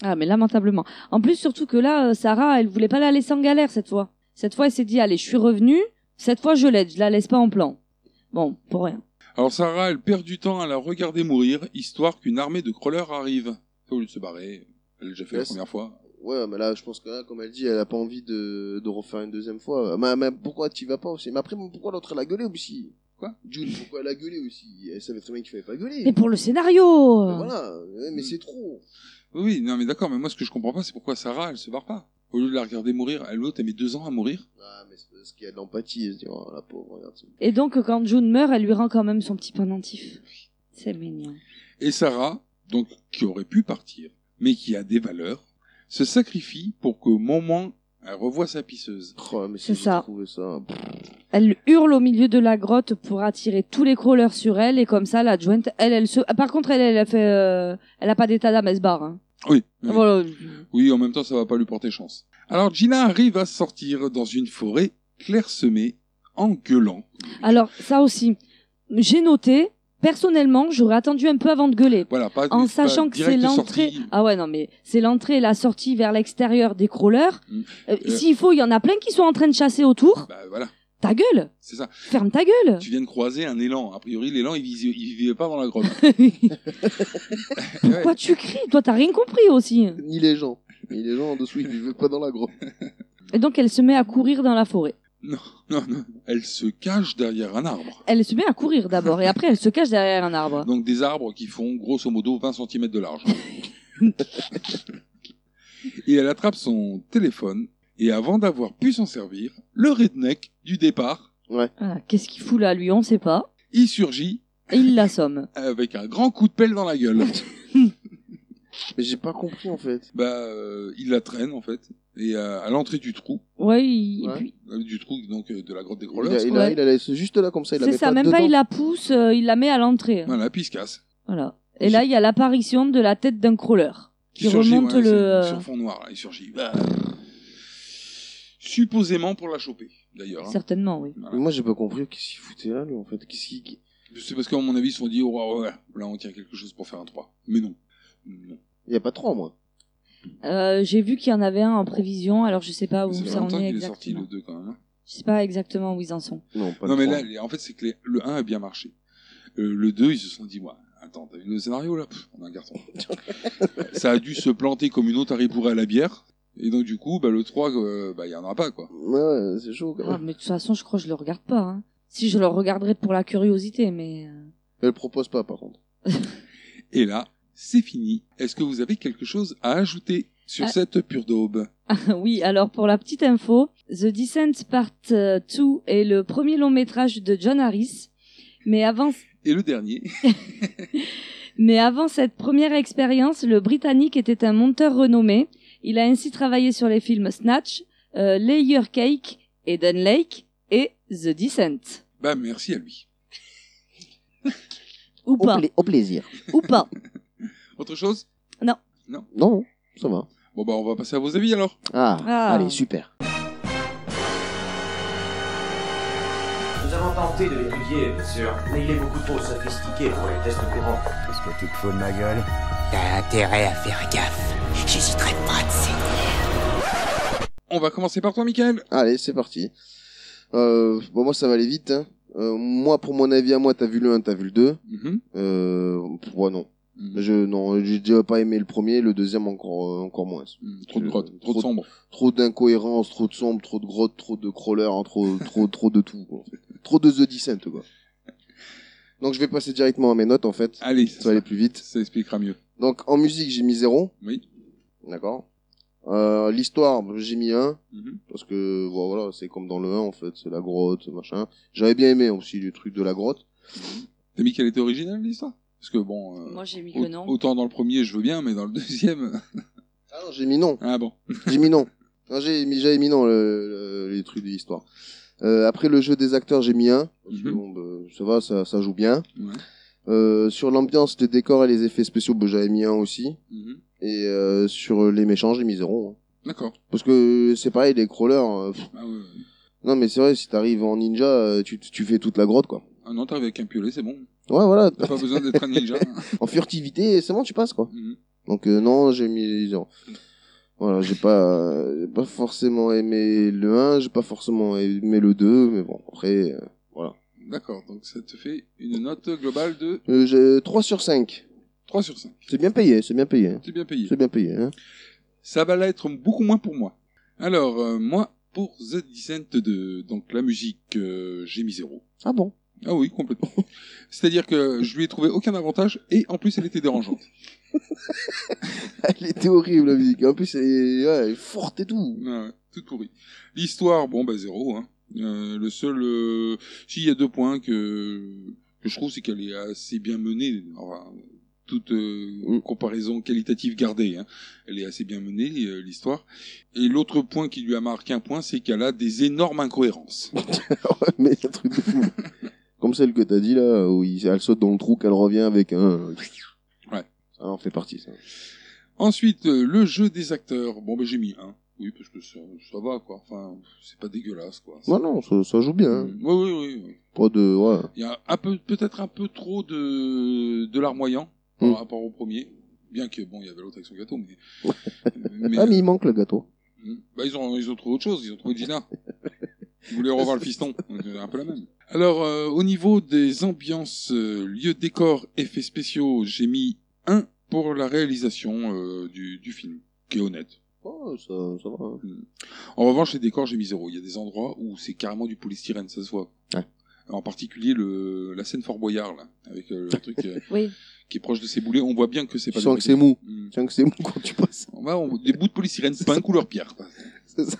S2: Ah mais lamentablement. En plus surtout que là euh, Sarah elle voulait pas la laisser en galère cette fois. Cette fois elle s'est dit allez je suis revenue, cette fois je l'aide, je la laisse pas en plan. Bon pour rien.
S5: Alors Sarah, elle perd du temps à la regarder mourir, histoire qu'une armée de crawlers arrive. Au lieu de se barrer, elle l'a déjà fait la
S6: Yes.
S5: première fois.
S6: Ouais, mais là, je pense que, là, comme elle dit, elle a pas envie de, de refaire une deuxième fois. Mais, mais pourquoi tu vas pas aussi Mais après, pourquoi l'autre, elle a gueulé aussi
S5: Quoi
S6: June, pourquoi elle a gueulé aussi Elle savait très bien qu'il fallait pas gueuler.
S2: Et pour le scénario.
S6: Mais voilà, ouais,
S5: Mm.
S6: mais c'est trop.
S5: Oui, oui, non mais d'accord, mais moi ce que je comprends pas, c'est pourquoi Sarah, elle se barre pas. Au lieu de la regarder mourir, elle l'autre, elle met deux ans à mourir.
S6: Ah, mais c'est parce qu'il y a de l'empathie. Elle se dit, oh, la pauvre, regarde. c'est-
S2: Et donc quand June meurt elle lui rend quand même son petit pendentif. C'est mignon.
S5: Et Sarah, donc qui aurait pu partir, mais qui a des valeurs, se sacrifie pour qu'au moment, elle revoie sa pisseuse.
S6: Oh, mais
S2: C'est
S6: si
S2: ça.
S6: j'ai trouvé ça. Pff,
S2: Elle hurle au milieu de la grotte pour attirer tous les crawlers sur elle et comme ça l'adjointe, elle, elle se. Par contre, elle, elle a fait, euh, elle a pas d'état d'âme, elle se barre. hein.
S5: Oui, oui.
S2: Voilà.
S5: Oui, en même temps, ça va pas lui porter chance. Alors Gina arrive à sortir dans une forêt clairsemée, en gueulant.
S2: Alors ça aussi, j'ai noté. Personnellement, j'aurais attendu un peu avant de gueuler,
S5: Voilà, pas
S2: en
S5: pas
S2: sachant que c'est
S5: direct de
S2: l'entrée.
S5: sortie.
S2: Ah ouais, non mais c'est l'entrée et la sortie vers l'extérieur des crawlers.
S5: Mm.
S2: Euh,
S5: Euh.
S2: S'il faut, il y en a plein qui sont en train de chasser autour.
S5: Bah voilà,
S2: Ta gueule,
S5: c'est ça.
S2: ferme ta gueule.
S5: Tu viens de croiser un élan. A priori, l'élan, il, visi- il vivait pas dans la grotte.
S2: Pourquoi tu cries Toi, t'as rien compris aussi.
S6: Ni les gens. Ni les gens en dessous, ils vivaient pas dans la grotte.
S2: Et donc, elle se met à courir dans la forêt.
S5: Non, non, non. Elle se cache derrière un arbre.
S2: Elle se met à courir d'abord et après elle se cache derrière un arbre.
S5: Donc des arbres qui font grosso modo 20 cm de large. et elle attrape son téléphone. Et avant d'avoir pu s'en servir, le redneck du départ,
S2: Voilà, Ah, Qu'est-ce qu'il fout là, lui On sait pas.
S5: il surgit
S2: Et il l'assomme.
S5: avec un grand coup de pelle dans la gueule.
S6: Mais j'ai pas compris, en fait.
S5: bah, euh, il la traîne en fait. Et euh, à l'entrée du trou,
S2: Ouais, il-
S6: Ouais.
S2: et puis-
S5: euh, du trou donc euh, de la grotte des
S6: Il
S5: crawlers,
S6: a, il, a,
S2: Ouais.
S6: il a laissé juste là, comme ça. Il la
S2: c'est
S6: met
S2: ça,
S6: pas
S2: même
S6: dedans.
S2: pas il la pousse, euh, il la met à l'entrée.
S5: voilà, puis il se casse.
S2: Voilà. Et là, il y a l'apparition de la tête d'un crawler qui remonte
S5: ouais,
S2: le.
S5: c'est-
S2: euh,
S5: sur fond noir, là, il surgit. Bah, supposément pour la choper, d'ailleurs. hein.
S2: Certainement, oui.
S6: Mais moi, j'ai pas compris. Qu'est-ce qu'il foutait là, lui, en fait Qu'est-ce qu'il.
S5: C'est parce qu'à mon avis, ils se sont dit, oh, ouais, ouais, là on tient quelque chose pour faire un 3. Mais non. Non.
S6: Il y a pas trois, moi.
S2: Euh, J'ai vu qu'il y en avait un en prévision, alors je sais pas où
S5: Ça fait
S2: ça en
S5: longtemps
S2: est
S5: qu'il est sorti
S2: exactement.
S5: le 2 quand même. hein.
S2: Je sais pas exactement où ils en sont.
S6: Non, pas
S5: Non, mais
S6: trois.
S5: là, les- en fait, c'est que les- le 1 a bien marché. Euh, le 2, ils se sont dit, ouais, attends, t'as vu le scénario là Pff, On a un carton. Ça a dû se planter comme une autre arribourée à la bière. Et donc, du coup, bah, le 3, euh, bah, il y en aura pas, quoi.
S6: Ouais, ouais, c'est chaud quand
S2: Ah,
S6: même.
S2: mais de toute façon, je crois que je le regarde pas. hein. Si je le regarderais pour la curiosité, mais. euh,
S6: Elle propose pas, par contre.
S5: Et là, c'est fini. Est-ce que vous avez quelque chose à ajouter sur
S2: Ah.
S5: cette pure daube
S2: Oui, alors pour la petite info, The Descent Part 2 est le premier long métrage de John Harris. Mais avant,
S5: Et le dernier
S2: mais avant cette première expérience, le Britannique était un monteur renommé. Il a ainsi travaillé sur les films Snatch, euh, Layer Cake, Eden Lake et The Descent.
S5: Bah, merci à lui.
S2: Ou pas,
S6: plaisir.
S2: ou pas.
S5: Autre chose
S6: Non, ça va.
S5: Bon, bah, on va passer à vos avis alors.
S6: Ah,
S2: Ah.
S6: allez, super.
S9: Nous avons tenté de l'étudier, bien sûr, mais il est beaucoup trop sophistiqué pour les tests courants.
S4: Qu'est-ce que tu te fous de ma gueule T'as intérêt à faire gaffe. J'hésiterai pas de ces
S5: On va commencer par toi, Michael.
S6: Allez, c'est parti. Euh, bon, moi, ça va aller vite. hein. Euh, moi, pour mon avis à moi, t'as vu le 1, t'as vu le 2.
S5: Mhm.
S6: Euh, pour moi, non.
S5: Mhm.
S6: Bah, Je non, j'ai déjà pas aimé le premier, le deuxième encore euh, encore moins.
S5: Mhm. Trop de
S6: Je-
S5: grottes, trop de
S6: trop-
S5: sombre.
S6: Trop d'incohérence, trop de sombre, trop de grottes, trop de crawlers, hein, trop trop trop de tout. quoi, en fait. Trop de The Descent quoi. Donc je vais passer directement à mes notes en fait.
S5: Allez,
S6: Ça va aller plus vite.
S5: ça expliquera mieux.
S6: Donc en musique j'ai mis 0.
S5: Oui.
S6: D'accord. Euh, L'histoire j'ai mis 1.
S5: Mhm.
S6: Parce que bon, voilà, c'est comme dans le 1 en fait, c'est la grotte, machin. J'avais bien aimé aussi le truc de la grotte.
S5: T'as mis qu'elle était originale, l'histoire Parce que bon, euh,
S2: Moi, j'ai mis
S5: au-
S2: que non.
S5: autant dans le premier, je veux bien, mais dans le deuxième. euh,
S6: Ah non, j'ai mis non.
S5: Ah bon
S6: J'ai mis non. Non, j'ai mis, j'avais mis non le- le- les trucs de l'histoire. Euh, après le jeu des acteurs, j'ai mis un. Parce que
S5: Mhm.
S6: bon, bah, ça va, ça, ça joue bien.
S5: Ouais.
S6: Euh, sur l'ambiance, les décors et les effets spéciaux, bah, j'avais mis un aussi.
S5: Mhm.
S6: Et euh, sur les méchants, j'ai mis zéro. hein.
S5: D'accord.
S6: Parce que c'est pareil, les crawlers. euh, pff.
S5: Ah, ouais.
S6: Non, mais c'est vrai, si t'arrives en ninja, euh, tu, tu fais toute la grotte, quoi.
S5: ah non, t'arrives avec un piolet, c'est bon.
S6: Ouais, voilà.
S5: T'as pas besoin d'être un ninja. hein.
S6: En furtivité, c'est bon, tu passes, quoi.
S5: Mhm.
S6: Donc euh, non, j'ai mis non. Voilà, j'ai pas euh, j'ai pas forcément aimé le 1, j'ai pas forcément aimé le 2, mais bon, après euh, voilà.
S5: D'accord, donc ça te fait une note globale de
S6: Euh, j'ai 3 sur 5.
S5: 3 sur 5.
S6: C'est bien payé, c'est bien payé. hein.
S5: C'est bien payé.
S6: C'est bien payé hein.
S5: Ça va l'être beaucoup moins pour moi. Alors, euh, moi, pour The Descent 2, donc la musique, euh, j'ai mis 0.
S6: Ah bon.
S5: Ah oui, complètement. C'est-à-dire que je lui ai trouvé aucun avantage et en plus elle était dérangeante.
S6: Elle était horrible la musique. En plus c'est ouais, elle est forte et tout.
S5: Ouais, ouais, toute pourrie. L'histoire, bon bah zéro. Hein. Euh, le seul, euh, s'il y a deux points que que je trouve, c'est qu'elle est assez bien menée. Enfin, toute euh,
S6: Mm.
S5: comparaison qualitative gardée, hein. elle est assez bien menée euh, l'histoire. Et l'autre point qui lui a marqué un point, c'est qu'elle a des énormes incohérences.
S6: Ouais, mais c'est un truc de fou. Comme celle que t'as dit là où il- elle saute dans le trou qu'elle revient avec un
S5: Ouais.
S6: Ça en fait partie ça.
S5: Ensuite, euh, le jeu des acteurs. Bon bah j'ai mis un. Oui, parce que ça, ça va quoi. Enfin, c'est pas dégueulasse quoi.
S6: Non non, ça, ça joue bien. hein.
S5: Mm. Oui, oui, oui, oui.
S6: Pas de ouais.
S5: Il y a un peu, peut-être un peu trop de, de larmoyant
S6: Mm.
S5: par rapport au premier. Bien que, bon, il y avait l'autre avec son gâteau, mais. mais,
S6: ah mais il manque le gâteau.
S5: euh, bah, ils, ont, ils ont trouvé autre chose, ils ont trouvé Gina. Ils voulaient revoir le fiston. donc, euh, un peu la même. Alors, euh, au niveau des ambiances, euh, lieux, décors, effets spéciaux, j'ai mis un pour la réalisation euh, du, du film, qui est honnête.
S6: Oh, ça, ça va. hein.
S5: Hmm. En revanche, les décors, j'ai mis zéro. Il y a des endroits où c'est carrément du polystyrène, ça se voit.
S6: Ouais.
S5: En particulier le, la scène Fort Boyard, là, avec euh, le truc. euh,
S2: Oui.
S5: qui est proche de ses boulets, on voit bien que c'est
S6: Tu
S5: pas
S6: sens
S5: des
S6: que c'est mou.
S5: Mm.
S6: Tu sens que c'est mou quand tu passes.
S5: On va on- des bouts de polystyrène, c'est pas un couleur pierre. quoi.
S6: C'est ça.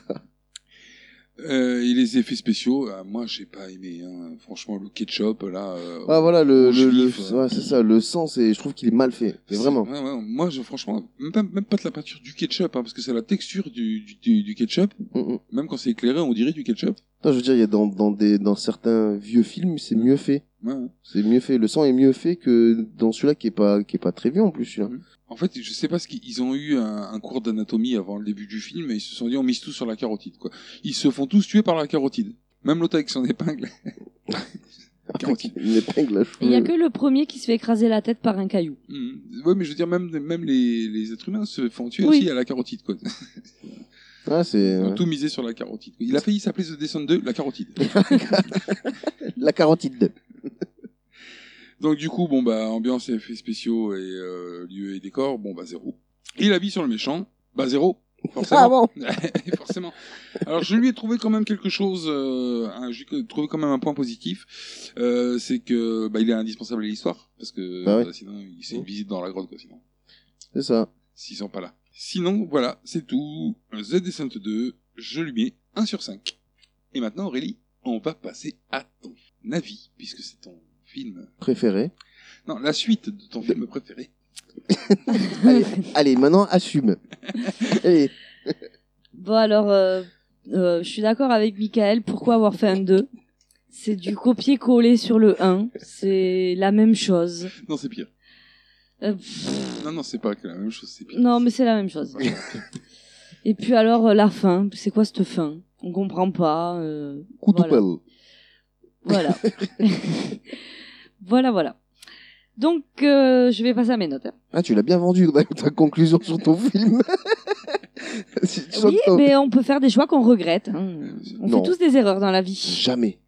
S5: Euh, et les effets spéciaux, euh, moi j'ai pas aimé. hein. Franchement, le ketchup là. euh,
S6: Ah voilà le,
S5: au
S6: le, le-
S5: juif,
S6: ouais, c'est ça le sens et je trouve qu'il est mal fait mais
S5: c'est-
S6: vraiment
S5: ouais, ouais, moi, je, franchement, même pas, même pas de la peinture du ketchup, hein, parce que c'est la texture du, du- du- du ketchup.
S6: Mm, mm.
S5: Même quand c'est éclairé, on dirait du ketchup.
S6: Attends, je veux dire il y a dans dans des dans certains vieux films c'est mieux fait
S5: Ouais, ouais.
S6: c'est mieux fait le sang est mieux fait que dans celui-là qui est pas qui est pas très vieux en plus celui-là
S5: En fait, je sais pas ce qu'ils ils ont eu un, un cours d'anatomie avant le début du film et ils se sont dit on mise tout sur la carotide. Quoi. Ils se font tous tuer par la carotide. Même l'autre avec son épingle. carotide.
S6: une épingle à cheveux.
S2: Il y a que le premier qui se fait écraser la tête par un caillou.
S5: Mhm. Ouais, mais je veux dire, même, même les, les êtres humains se font tuer
S2: Oui.
S5: aussi à la carotide, quoi.
S6: ah
S5: Ils
S6: c'est
S5: ont tout misé sur la carotide. Il a failli s'appeler The Descent 2, la carotide.
S6: la carotide
S5: Donc, du coup, bon, bah, ambiance, effets spéciaux et euh, lieu et décor, bon, bah, zéro. Et la vie sur le méchant, bah, zéro. Forcément.
S6: ah bon
S5: Forcément. Alors, je lui ai trouvé quand même quelque chose, euh, un- j'ai trouvé quand même un point positif, euh, c'est que, bah, il est indispensable à l'histoire, parce que,
S6: Bah ouais.
S5: euh, sinon, il- c'est une visite dans la grotte, quoi, sinon.
S6: c'est ça
S5: s'ils sont pas là. Sinon, voilà, c'est tout. The Descent 2, je lui mets 1 sur 5. Et maintenant, Aurélie, on va passer à ton avis, puisque c'est ton film.
S6: préféré
S5: Non, la suite de ton film préféré.
S6: allez, allez maintenant assume Eh, allez
S2: Bon alors, euh, euh, je suis d'accord avec Michael. Pourquoi avoir fait un 2 C'est du copier-coller sur le 1. C'est la même chose.
S5: Non, c'est pire.
S2: Euh, pff,
S5: Non, non, c'est pas que la même chose, c'est pire.
S2: non mais c'est la même chose. Et puis alors euh, la fin. C'est quoi cette fin On comprend pas. euh,
S6: coup de
S2: voilà.
S6: pelle.
S2: Voilà. voilà, voilà. Donc, euh, je vais passer à mes notes. hein.
S6: ah tu l'as bien vendu dans ta conclusion sur ton film Si tu sens
S2: Oui,
S6: que t'as-
S2: mais on peut faire des choix qu'on regrette. hein. On
S6: Non.
S2: fait tous des erreurs dans la vie.
S6: jamais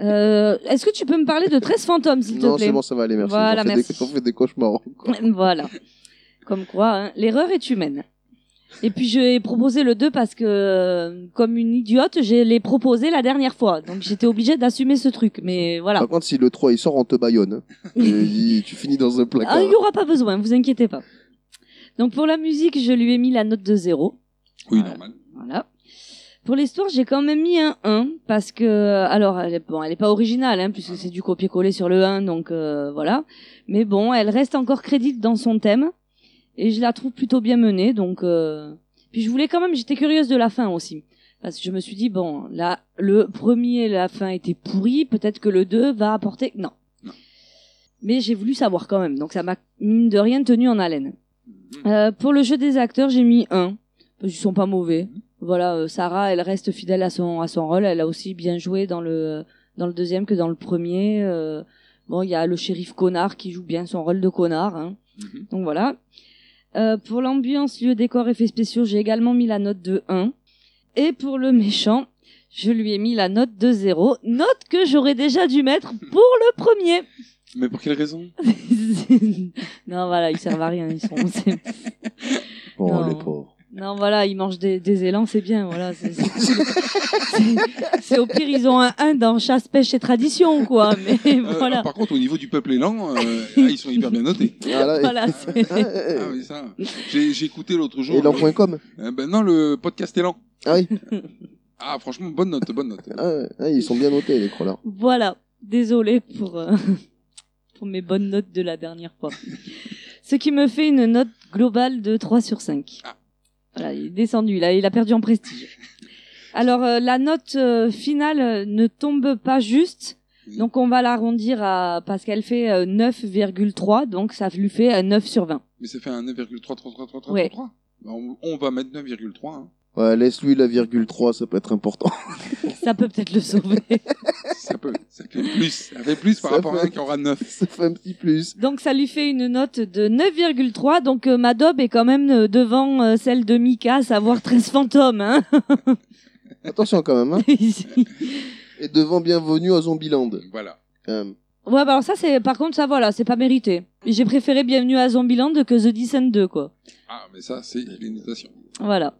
S2: Euh, Est-ce que tu peux me parler de 13 fantômes, s'il te plaît
S6: Non, c'est bon, ça va aller, merci.
S2: Voilà,
S6: on, fait
S2: merci.
S6: Des, on fait des cauchemars encore.
S2: voilà. Comme quoi, hein, l'erreur est humaine. Et puis j'ai proposé le 2 parce que, euh, comme une idiote, je l'ai proposé la dernière fois. Donc j'étais obligée d'assumer ce truc. Mais voilà.
S6: Par contre, si le 3 il sort, on te baïonne. hein. Et il- tu finis dans un placard.
S2: Ah, il n'y aura pas besoin, vous inquiétez pas. Donc pour la musique, je lui ai mis la note de 0.
S5: Oui, normal.
S2: Voilà. Pour l'histoire, j'ai quand même mis un 1 parce que euh, alors elle est, bon, elle est pas originale hein, puisque c'est du copier-coller sur le 1 donc euh, voilà. Mais bon, elle reste encore crédite dans son thème et je la trouve plutôt bien menée donc euh, puis je voulais quand même j'étais curieuse de la fin aussi parce que je me suis dit bon, là le premier la fin était pourrie, peut-être que le 2 va apporter non. Mais j'ai voulu savoir quand même donc ça m'a mine de rien tenu en haleine. Euh, pour le jeu des acteurs, j'ai mis 1 ils sont pas mauvais. Voilà, euh, Sarah, elle reste fidèle à son à son rôle. Elle a aussi bien joué dans le dans le deuxième que dans le premier. Euh, bon, il y a le shérif connard qui joue bien son rôle de connard. hein. Donc voilà. Euh, pour l'ambiance, lieu, décor, effets spéciaux, j'ai également mis la note de 1. Et pour le méchant, je lui ai mis la note de 0. Note que j'aurais déjà dû mettre pour le premier.
S5: Mais pour quelle raison
S2: non, voilà, ils servent à rien. Ils sont. c'est-
S6: Bon,
S2: Non.
S6: Oh, les pauvres.
S2: Non, voilà, ils mangent des, des élans, c'est bien, voilà. c'est- c'est cool. C'est- C'est au pire, ils ont un 1 dans chasse, pêche et tradition, quoi. Mais
S5: Euh,
S2: voilà.
S5: Par contre, au niveau du peuple élan, euh, ah, ils sont hyper bien notés.
S6: Voilà.
S2: Voilà, c'est-
S5: Ah oui, ça. J'ai j'ai écouté l'autre jour.
S6: Et l'en.com
S5: Euh, ben non, le podcast élan.
S6: Ah oui.
S5: Ah, franchement, bonne note, bonne note.
S6: Ah, ouais, ouais, ils sont bien notés, les crawlers.
S2: Voilà, désolé pour, euh, pour mes bonnes notes de la dernière fois. Ce qui me fait une note globale de 3 sur 5. Voilà, il est descendu, là, il a perdu en prestige. Alors, euh, la note euh, finale euh, ne tombe pas juste, donc on va l'arrondir à, parce qu'elle fait euh, 9,3, donc ça lui fait un 9 sur 20.
S5: Mais ça fait un 9,333333.
S2: Ouais.
S5: Ben, on, on va mettre 9,3. hein.
S6: Ouais, laisse-lui la virgule 3, ça peut être important.
S2: Ça peut peut-être le sauver.
S5: Ça peut, ça fait plus. Ça fait plus par
S6: Ça
S5: rapport à
S6: fait-
S5: un qui aura 9.
S6: ça fait un petit plus.
S2: Donc ça lui fait une note de 9,3. Donc euh, ma daube est quand même euh, devant euh, celle de Mika, à savoir 13 fantômes. Hein
S6: Attention quand même. Hein.
S2: ouais,
S6: Et devant bienvenue à Zombieland. Euh,
S5: Voilà.
S6: Quand même.
S2: bah alors ça, c'est par contre, ça voilà, c'est pas mérité. J'ai préféré Bienvenue à Zombieland que The Descent 2, quoi.
S5: Ah, mais ça, c'est les notations.
S2: Voilà.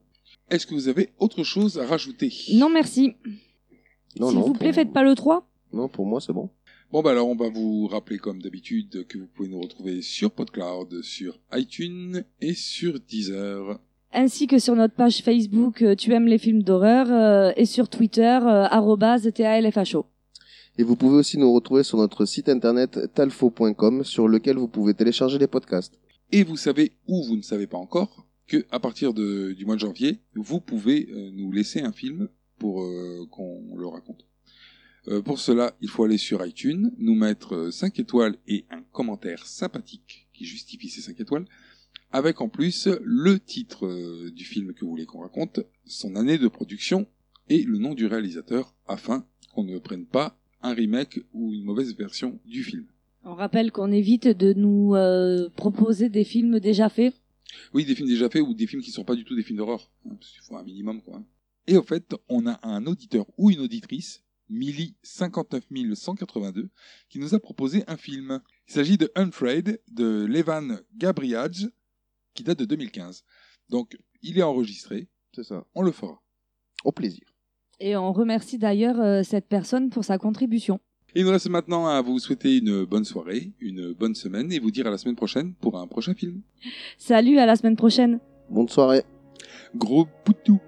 S5: Est-ce que vous avez autre chose à rajouter
S2: Non, merci.
S6: Non,
S2: S'il
S6: non,
S2: vous plaît,
S6: pour-
S2: faites pas le 3.
S6: Non, pour moi, c'est bon.
S5: Bon, bah alors, on va vous rappeler, comme d'habitude, que vous pouvez nous retrouver sur PodCloud, sur iTunes et sur Deezer.
S2: Ainsi que sur notre page Facebook, euh, tu aimes les films d'horreur, euh, et sur Twitter, euh, arrobase TALFHO.
S6: Et vous pouvez aussi nous retrouver sur notre site internet talfo.com sur lequel vous pouvez télécharger les podcasts.
S5: Et vous savez, ou vous ne savez pas encore, que à partir de- du mois de janvier, vous pouvez euh, nous laisser un film pour euh, qu'on le raconte. Euh, pour cela, il faut aller sur iTunes, nous mettre 5 étoiles et un commentaire sympathique qui justifie ces 5 étoiles, avec en plus le titre euh, du film que vous voulez qu'on raconte, son année de production et le nom du réalisateur, afin qu'on ne prenne pas un remake ou une mauvaise version du film.
S2: On rappelle qu'on évite de nous euh, proposer des films déjà faits.
S5: Oui, des films déjà faits ou des films qui ne sont pas du tout des films d'horreur. hein, parce qu'il faut un minimum, quoi. Et au fait, on a un auditeur ou une auditrice, Milly59182, qui nous a proposé un film. Il s'agit de Unfraid de Levan Gabriage, qui date de 2015. Donc, il est enregistré,
S6: C'est ça.
S5: on le fera.
S6: Au plaisir.
S2: Et on remercie d'ailleurs euh, cette personne pour sa contribution.
S5: Il nous reste maintenant à vous souhaiter une bonne soirée, une bonne semaine et vous dire à la semaine prochaine pour un prochain film.
S2: Salut, à la semaine prochaine.
S6: Bonne soirée.
S5: Gros poutou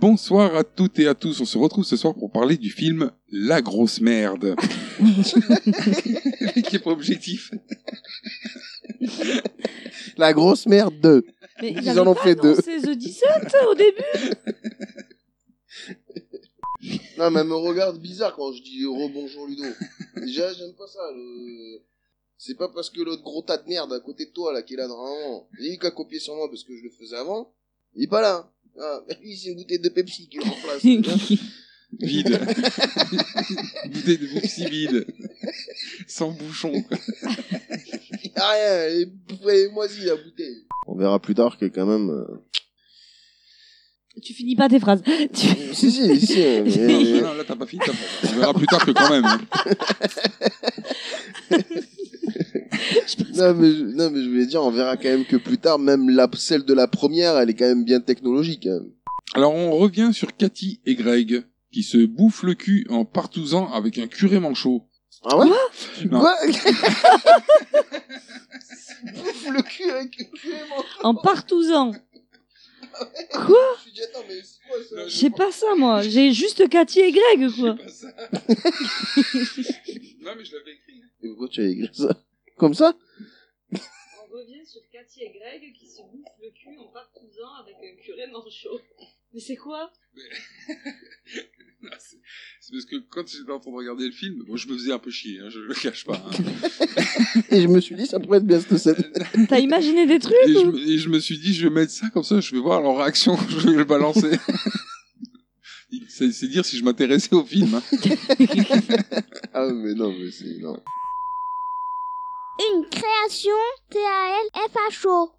S5: Bonsoir à toutes et à tous. On se retrouve ce soir pour parler du film La grosse merde. Qui est pas objectif.
S6: La grosse merde 2.
S2: Mais
S6: Ils
S2: avaient
S6: en ont
S2: pas
S6: fait deux.
S2: annoncé The Descent au début.
S6: Non, mais elle me regarde bizarre quand je dis rebonjour Ludo. Déjà, j'aime pas ça. le- C'est pas parce que l'autre gros tas de merde à côté de toi, là, qui est là normalement, il a eu qu'à copier sur moi parce que je le faisais avant, il est pas là. Ah, lui, c'est une bouteille de Pepsi qui le remplace. tu vois.
S5: Vide. Bouteille de Pepsi vide. Sans bouchon.
S2: Ah
S5: quoi.
S6: Il y a Ah, rien, elle est, elle est moisie, la bouteille. On verra plus tard que quand même... euh,
S2: Tu finis pas tes phrases. Tu-
S6: si, si, si. euh,
S5: Non,
S6: mais-
S5: non, Ah, là, t'as pas fini. t'as pas- On verra plus tard que quand même. hein.
S6: non, mais je, non, mais je voulais dire, on verra quand même que plus tard, même la, celle de la première, elle est quand même bien technologique. hein.
S5: Alors, on revient sur Cathy et Greg, qui se bouffent le cul en partousant avec un curé manchot.
S6: Ah ouais
S5: Non.
S6: Quoi Bouffe le cul avec le cul, mon
S2: En partousant. Quoi
S6: Je me suis dit, attends, mais c'est quoi ça
S2: J'ai pas ça moi. J'ai juste Cathy et Greg quoi.
S5: pas ça. non, mais je l'avais écrit.
S6: Et pourquoi tu as écrit ça Comme ça
S10: On revient sur Cathy et Greg qui se bouffent le cul en partousant avec un curé manchot. Mais c'est quoi
S5: Non, C'est c'est parce que quand j'étais en train de regarder le film, bon, je me faisais un peu chier, hein, je le cache pas. hein.
S6: Et je me suis dit, ça pourrait être bien cette scène.
S2: T'as imaginé des trucs
S5: Et je,
S2: ou
S5: me- et je me suis dit, je vais mettre ça comme ça, je vais voir leur réaction quand je vais le balancer. C'est c'est dire si je m'intéressais au film. hein.
S6: Ah, mais non, mais c'est. Non.
S11: Une création TALFHO.